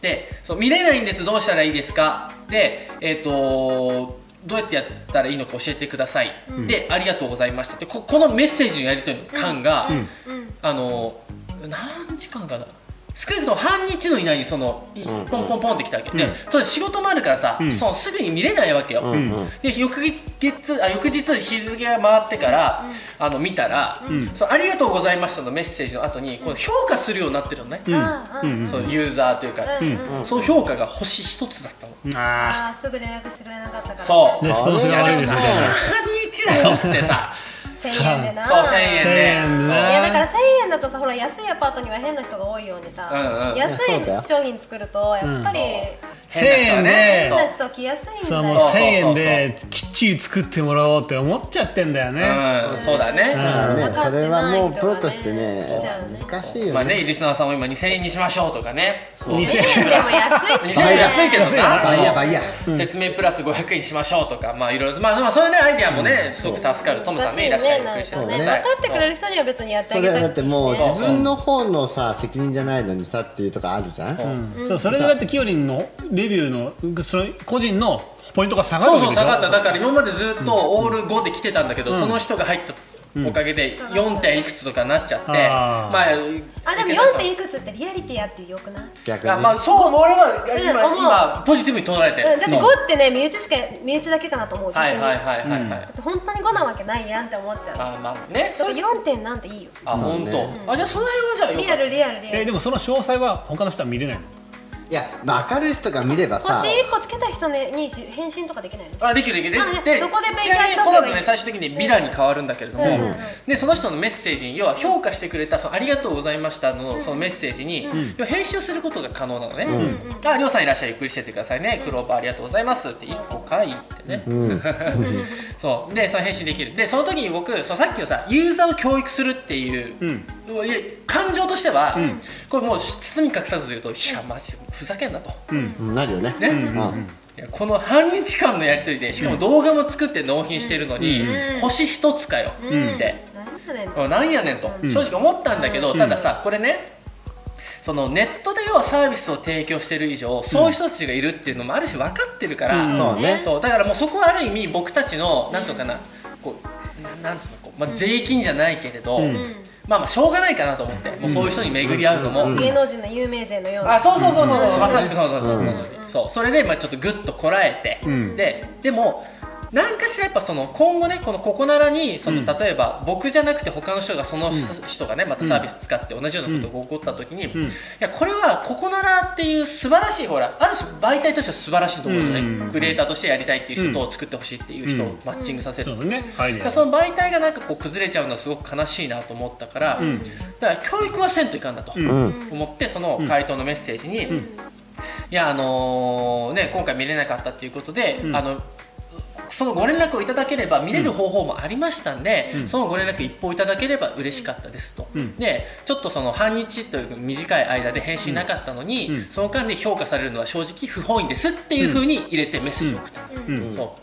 B: でそう見れないんですどうしたらいいですかでえっ、とどうやってやったらいいのか教えてください、でありがとうございましたでここのメッセージのやり取りの間が、あの何時間かな少なくとも半日の以内にその、い
C: んうん
B: ポンポンポンってきたわけで、それ仕事もあるからさ、
E: ん
B: そのすぐに見れないわけよ、
C: うんうん
B: で翌月あ翌日日付が回ってから、あの見たら、そうありがとうございました」のメッセージの後にこの評価するようになってるのね、
E: うん
D: あー
E: うん
B: そのユーザーというか、
C: うん
B: その評価が星一つだったの。
E: あ
D: あーすぐ連絡してくれなかったから
B: そう。
E: レスポンスが悪いですみたいな
B: 何日だよってさ。
D: 1000円でな
B: そう、千円
E: 1000円
B: で。
D: いやだ
E: ね
D: から1000円だとさほら安いアパートには変な人が多いようにさ、
B: うんう
D: 安
B: ん
C: いやそうだよ
D: い商品作るとやっぱり
E: 1000円
D: 変な
E: で
D: 人来やすいんだ
E: そう
D: よ
E: もう
B: そう
E: 1000円できっちり作ってもらおうって思っちゃってんだよね
B: うん、そうだね。
C: だから
D: うん
C: ねそれはもうプロとして
D: う
C: ね
D: んじゃあね
C: 難しい
B: ま
C: よ
B: あ
C: ね
B: ね、リスナーさんも今2000円にしましょうとかね。
D: 1000
E: 2000
D: 円
E: 円
D: でも安いって
B: 2000
D: ね
B: 円安いけど
C: バイヤー
B: な。
C: バイヤー
B: 説明プラス500円しましょうとか、まあいろいろ、まあまあそういうね、アイディアもね、すごく助かる。トムさんね、いらっしゃい。びっくりして
D: なんかね
C: そう
D: 分
C: ね
D: かってくれる人には別にやって
C: そ
D: あげ
C: れ
D: たく
C: はだってもう
D: ね
C: 自分の方のさ責任じゃないのにさっていうとかあるじゃん
E: うんそうそれでだってきよりんのレビューのその個人のポイントが下がる
B: そう
E: わけ
B: そう
E: でしょ
B: 下がっただから今までずっとオール5で来てたんだけど、その人が入った
E: うん
B: おかげで
D: そう
B: 4. 点いくつとかなっちゃって
E: あー
B: まあ
D: あでも4点いくつってリアリティあってよくない
C: 逆に
B: あまあそう俺は今,、
D: うん思う
B: 今ポジティブに捉えて
D: うん、だって
B: うん
D: 5ってね身内しか身内だけかなと思う逆
B: は
D: に、
B: いはいはいはいはい、
D: だって本当に5なわけないやんって思っちゃうだ
B: あまあねそ
D: って
B: れ
D: 4点なんていいよ
B: あ本当、あじゃあその辺はじゃあよ
D: リ
B: か
D: ア
B: った
D: ルリアル
E: え
D: で
E: でもその詳細は他の人は見れないの
C: いや、まあ、明るい人が見ればさ
D: 星1個つけた人ねにじ返信とかできないの
B: あできるできる
D: あね
B: で
D: そこで勉強
B: ちなみに
D: した
B: こ
D: 方
B: の
D: が
B: 後
D: いい
B: ね最終的にビラに変わるんだけれども、
D: うんうんうん
B: でその人のメッセージに要は評価してくれた「そのありがとうございましたの」そのメッセージに、要は編集することが可能なのね「ありょうさんいらっしゃいゆっくりしてってくださいねクローバーありがとうございます」って1個書いてね、
C: うん、
B: そうでその返信できるでその時に僕そうさっきのさユーザーを教育するっていう、
E: うん
B: いや感情としては、これもう包み隠さず言うと「いやマジふざけんな」と。
C: うんなるよね
B: ね、
C: うんうん
B: いやこの半日間のやり取りでしかも動画も作って納品してるのに、星一つかよって、
D: 何やねん
B: あなんやねんと、正直思ったんだけど、たださこれねそのネットで要はサービスを提供してる以上そういう人たちがいるっていうのもあるし分かってるから、
E: うん
C: そうね
B: そうだからもうそこはある意味僕たちのなんつうのかなこうななんつうのこう、まあ、税金じゃないけれど、
E: うん
B: まあまあしょうがないかなと思ってもうそういう人に巡り合うのも、
D: 芸能人の有名勢のような
B: あそうそうそうそうそうまさしくそうそうそうそうそうそれでまあちょっとぐっとこらえて、
E: ん
B: ででも何かしらやっぱその今後ねこのここならにその
E: うん
B: 例えば僕じゃなくて他の人がその人がねまたサービス使って同じようなことが起こった時に、
E: ん
B: いやこれはここならっていう素晴らしいほらある種媒体としては素晴らしいと思うのね、
E: うん
B: クリエイターとしてやりたいっていう人
E: う
B: と作ってほしいっていう人をマッチングさせる、
E: そうだねアイデ
B: だか
E: ア
B: らその媒体がなんかこう崩れちゃうのはすごく悲しいなと思ったから、
E: ん
B: だから教育はせんといかんだと。
E: ん
C: うん
B: 思ってその回答のメッセージに、いやあのーね今回見れなかったっていうことで、
E: ん
B: あのそのご連絡をいただければ見れる方法もありましたんで、そのご連絡一報いただければ嬉しかったですと、
E: うん
B: でちょっとその半日という短い間で返信なかったのに、
E: うん
B: その間で評価されるのは正直不本意ですっていうふうに入れてメッセージを送った、
E: うんうん
B: そう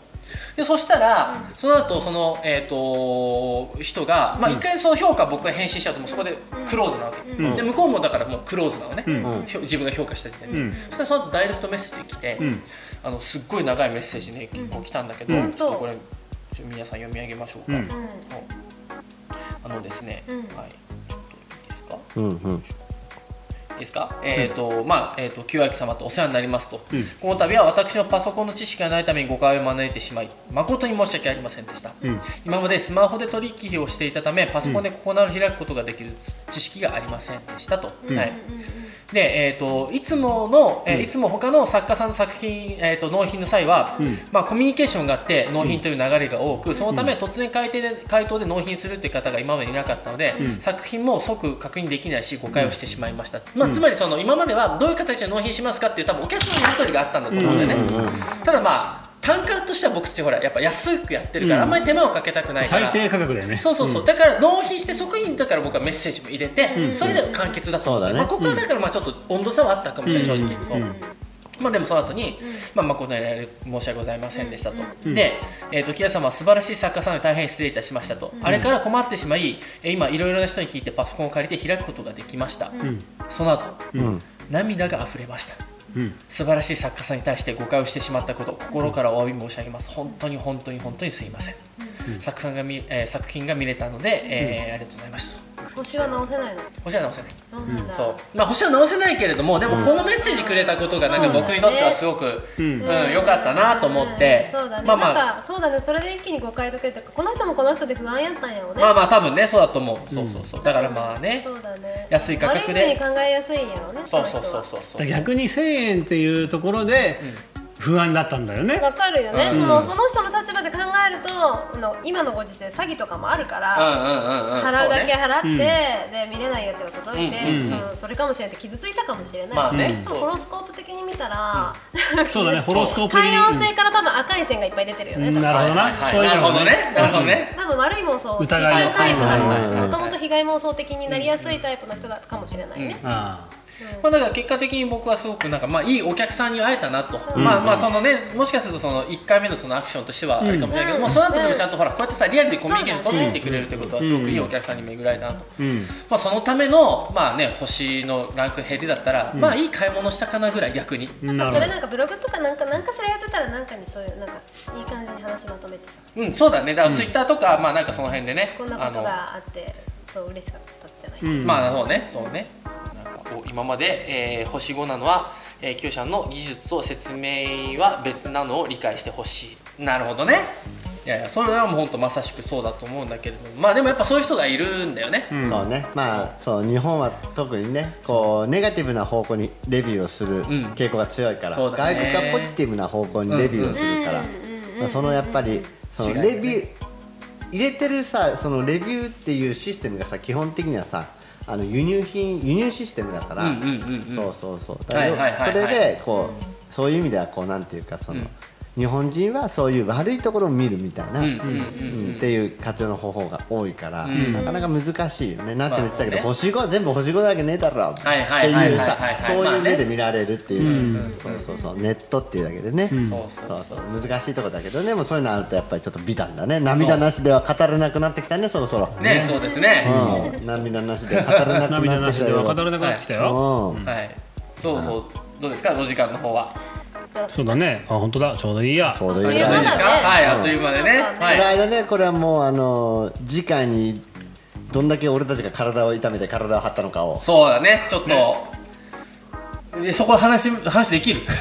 B: でそしたら、その後その、えー、と人が、まあ、一回その評価僕が返信しちゃうともうそこでクローズなわけ、
E: うん
B: で向こうもだからもうクローズなのね、
E: うん
C: うん
B: ひょ自分が評価した時点で、
E: うん
B: そしたらその後ダイレクトメッセージ来て、
E: うん
B: あのすっごい長いメッセージね結構来たんだけど、
E: うん
B: ちょっとこれちょ皆さん読み上げましょうか、
E: うん
B: あのですね、
D: うん
B: はいちょっといいですか
C: うんうん
B: いいですか、えっ、と、まあ、えっ、と、清明様とお世話になりますと、
E: うん
B: この度は私のパソコンの知識がないために誤解を招いてしまい、誠に申し訳ありませんでした。
E: うん
B: 今までスマホで取引をしていたため、パソコンでここなる開くことができる知識がありませんでしたと。
E: ん
B: はい。で、えっ、と、いつもの、えーいつも他の作家さんの作品、えっ、と、納品の際は、
E: うん
B: まあ、コミュニケーションがあって納品という流れが多く、そのため突然回答で回答で納品するという方が今までいなかったので、
E: うん
B: 作品も即確認できないし誤解をしてしまいました、まあ、つまりその今まではどういう形で納品しますかっていう多分お客さんのやり取りがあったんだと思うんだよね、
C: うんうんうん
B: ただまあ単価としては僕たちほらやっぱ安くやってるから、
E: うん
B: あんまり手間をかけたくないから
E: 最低価格だよね
B: そうそうそう、だから納品してそこにだから僕はメッセージも入れて、それで完結だと思う
C: そうだね
B: まあ、ここはだからまあちょっと温度差はあったかもしれない、正直、そう
E: うん
B: まあ、でもその後に、まあ、誠に申し訳ございませんでしたと、で、えー、と木屋様は素晴らしい作家さんで大変失礼いたしましたと、あれから困ってしまいえー今いろいろな人に聞いてパソコンを借りて開くことができました、その後、
C: ん
B: 涙が溢れました
E: うん
B: 素晴らしい作家さんに対して誤解をしてしまったこと心からお詫び申し上げます本当に本当に本当にすいません、作品が見えー作品が見れたので、えーありがとうございましたと
D: 星は直せないの
B: おっしゃ直せない
D: そうなんだ
B: そうまあ星は直せないけれどもでもこのメッセージくれたことがなんか僕にとってはすごく良、うん良かったなと思って、
D: うんそうだね、
B: まあまあ、
D: なんかそうだねそれで一気に誤解解けてこの人もこの人で不安やったんやろうね、
B: まあまあ多分ねそうだと思う、そうそうそうだからまあね、
D: そうだね
B: 安い価格で
D: 悪いふうに考えやすいんやろうね
B: そうそう
D: の人
B: そ
D: は
B: うそうそう
E: だから逆に1000円っていうところで不安だったんだよね
D: わかるよね、
B: うん
D: そのその人の立場で考えるとあの今のご時世詐欺とかもあるから、
B: うんうんうんうん
D: 払うだけ
B: そうね
D: 払って、
E: うん
D: で見れないやつが届いて、
B: うんうん
D: そのそれかもしれないって傷ついたかもしれない、
B: まあね、
E: うん
D: ホロスコープ的に見たら、
E: そうだねホロスコープ的に
D: 太陽星から多分赤い線がいっぱい出てるよね、
E: うんなるほどな
B: はい
E: そうい
B: な
E: う
B: る
E: の
B: ほ
E: も
B: どねなるほどね、
D: 多分悪い妄想をして
E: 疑いを
D: るタイプだ
E: はい
C: はいはい
D: もともと被害妄想的になりやすいタイプの人だかもしれないね、
E: あ
B: まあ、だから結果的に僕はすごくなんか、まあ、いいお客さんに会えたなと、まあまあそのねもしかするとその1回目のそのアクションとしてはあれかもしれないけど、
F: うん
B: もうその後でもちゃんとほらこうやってさリアルでコミュニケーション取っていってくれるってことはすごくいいお客さんに巡られたなと、
E: うん
B: まあ、そのための、まあね、星のランク減りだったら、まあいい買い物したかなぐらい逆に。
E: な
F: なんかそ
E: るほど
F: れなんかブログとかなんか何かしらやってたらなんかにそういうなんかいい感じに話まとめてさ
B: うん、そうだね。だからツイッターとか、まあなんかその辺でね。
F: こんなことがあってそう嬉しかったじゃない、
E: うん
B: まあそうね、そうね。なんかこう今まで、えー星5なのは、えー、キヨちゃんの技術と説明は別なのを理解してほしい。なるほどね。いやいや、それはもう本当まさしくそうだと思うんだけれども、まあでもやっぱそういう人がいるんだよね。
E: うん
C: そうねまあそう日本は特にねこうネガティブな方向にレビューをする傾向が強いから、
B: そうだね
C: 外国はポジティブな方向にレビューをするから、まあ、そのやっぱりその
B: 違いだね
C: レビュー入れてるさそのレビューっていうシステムがさ基本的にはさあの輸入品輸入システムだから、
B: うんうんうんうん
C: そうそうそうだ
B: はい
C: か
B: は
C: ら
B: いはいは
C: そ
B: い
C: れでこうそういう意味ではこうなんていうかその、日本人はそういう悪いところを見るみたいな、
B: うんうんうんうん
C: っていう活用の方法が多いから、
B: うん
C: なかなか難しいよね、なっちゃんも言ってたけど、
B: まあね
C: 星5は全部星5だけねえだろって
B: はいはいはいはいはい
C: いうさ
B: はい
C: そう
B: まあ
C: いう
B: ね
C: 目で見られるっていう、
E: うん
C: そうそうそうネットっていうだけでね、
E: ん
B: そうそ
C: そううそう難しいとこだけどねもうそういうのあるとやっぱりちょっと美談だね涙なしでは語れなくなってきたねそろそろ
B: ね、そうですね。
C: うん、涙なしでは語れなく
E: 涙
C: なっ
E: な
C: て
E: し
C: きた
E: では
C: よ
E: 語れなくなってきたよ、
C: うん
B: はい。そうそう。どうですか、お時間の方は。
E: そうだねあ本当だちょうどいいや
C: ちょうどいい
F: あっと
C: ぐ
F: い
C: らい
B: で
F: う間
B: すか。
F: だね
B: はい、あっという間でね。は
C: この
B: い。
C: 間ねこれはもうあのー次回にどんだけ俺たちが体を痛めて体を張ったのかを
B: そうだね、ちょっと。でそこ話話できる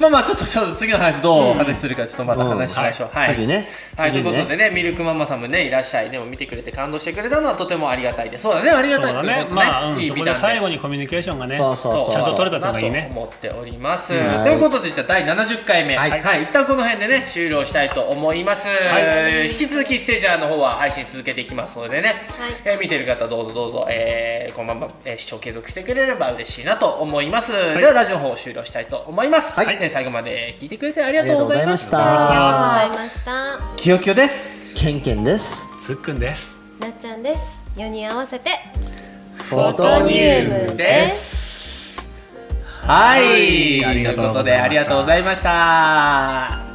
B: まあまあちょっとちょっと次の話どうお話しするかちょっとまた話しましょう、はい、
C: 次ね
B: はい、とい
C: 次
B: うことで
C: ね
B: ねミルクママさんもねいらっしゃいでも見てくれて感動してくれたのはとてもありがたいですそうだねあり
E: そ
B: がた
E: う
B: い
E: だ
B: という
E: ね
B: こと
E: まあ、うん、
B: いい
E: そ
B: 美
E: こ
B: 談
E: で
B: で
E: 最後にコミュニケーションがね
C: そうそうそう
E: ちゃんと取れたのがいいね
B: と思っております、
C: はい
B: ということでじゃあ第70回目は、
C: はいい
B: 一旦この辺でね終了したいと思います、
E: はい
B: 引き続きステージャーの方は配信続けていきますのでね、えー見てる方どうぞどうぞ、えー、このまま、えー視聴継続してくれれば嬉しいなと思います、ではラジオの方終了したいと思います、
C: はい
B: ね最後まで聞いてくれてありがとうございまし
C: ありがとうございました
B: た
F: ありがとうございました
B: きよきよです
C: ケンケンです
E: つっくんです
F: なっちゃんです4人合わせて
C: フ
F: ォトニウムです
B: はい、
E: はいありが
B: と
E: と
B: いう
E: う
B: こ
E: ご
B: と
E: ざいました
B: でありがとうございました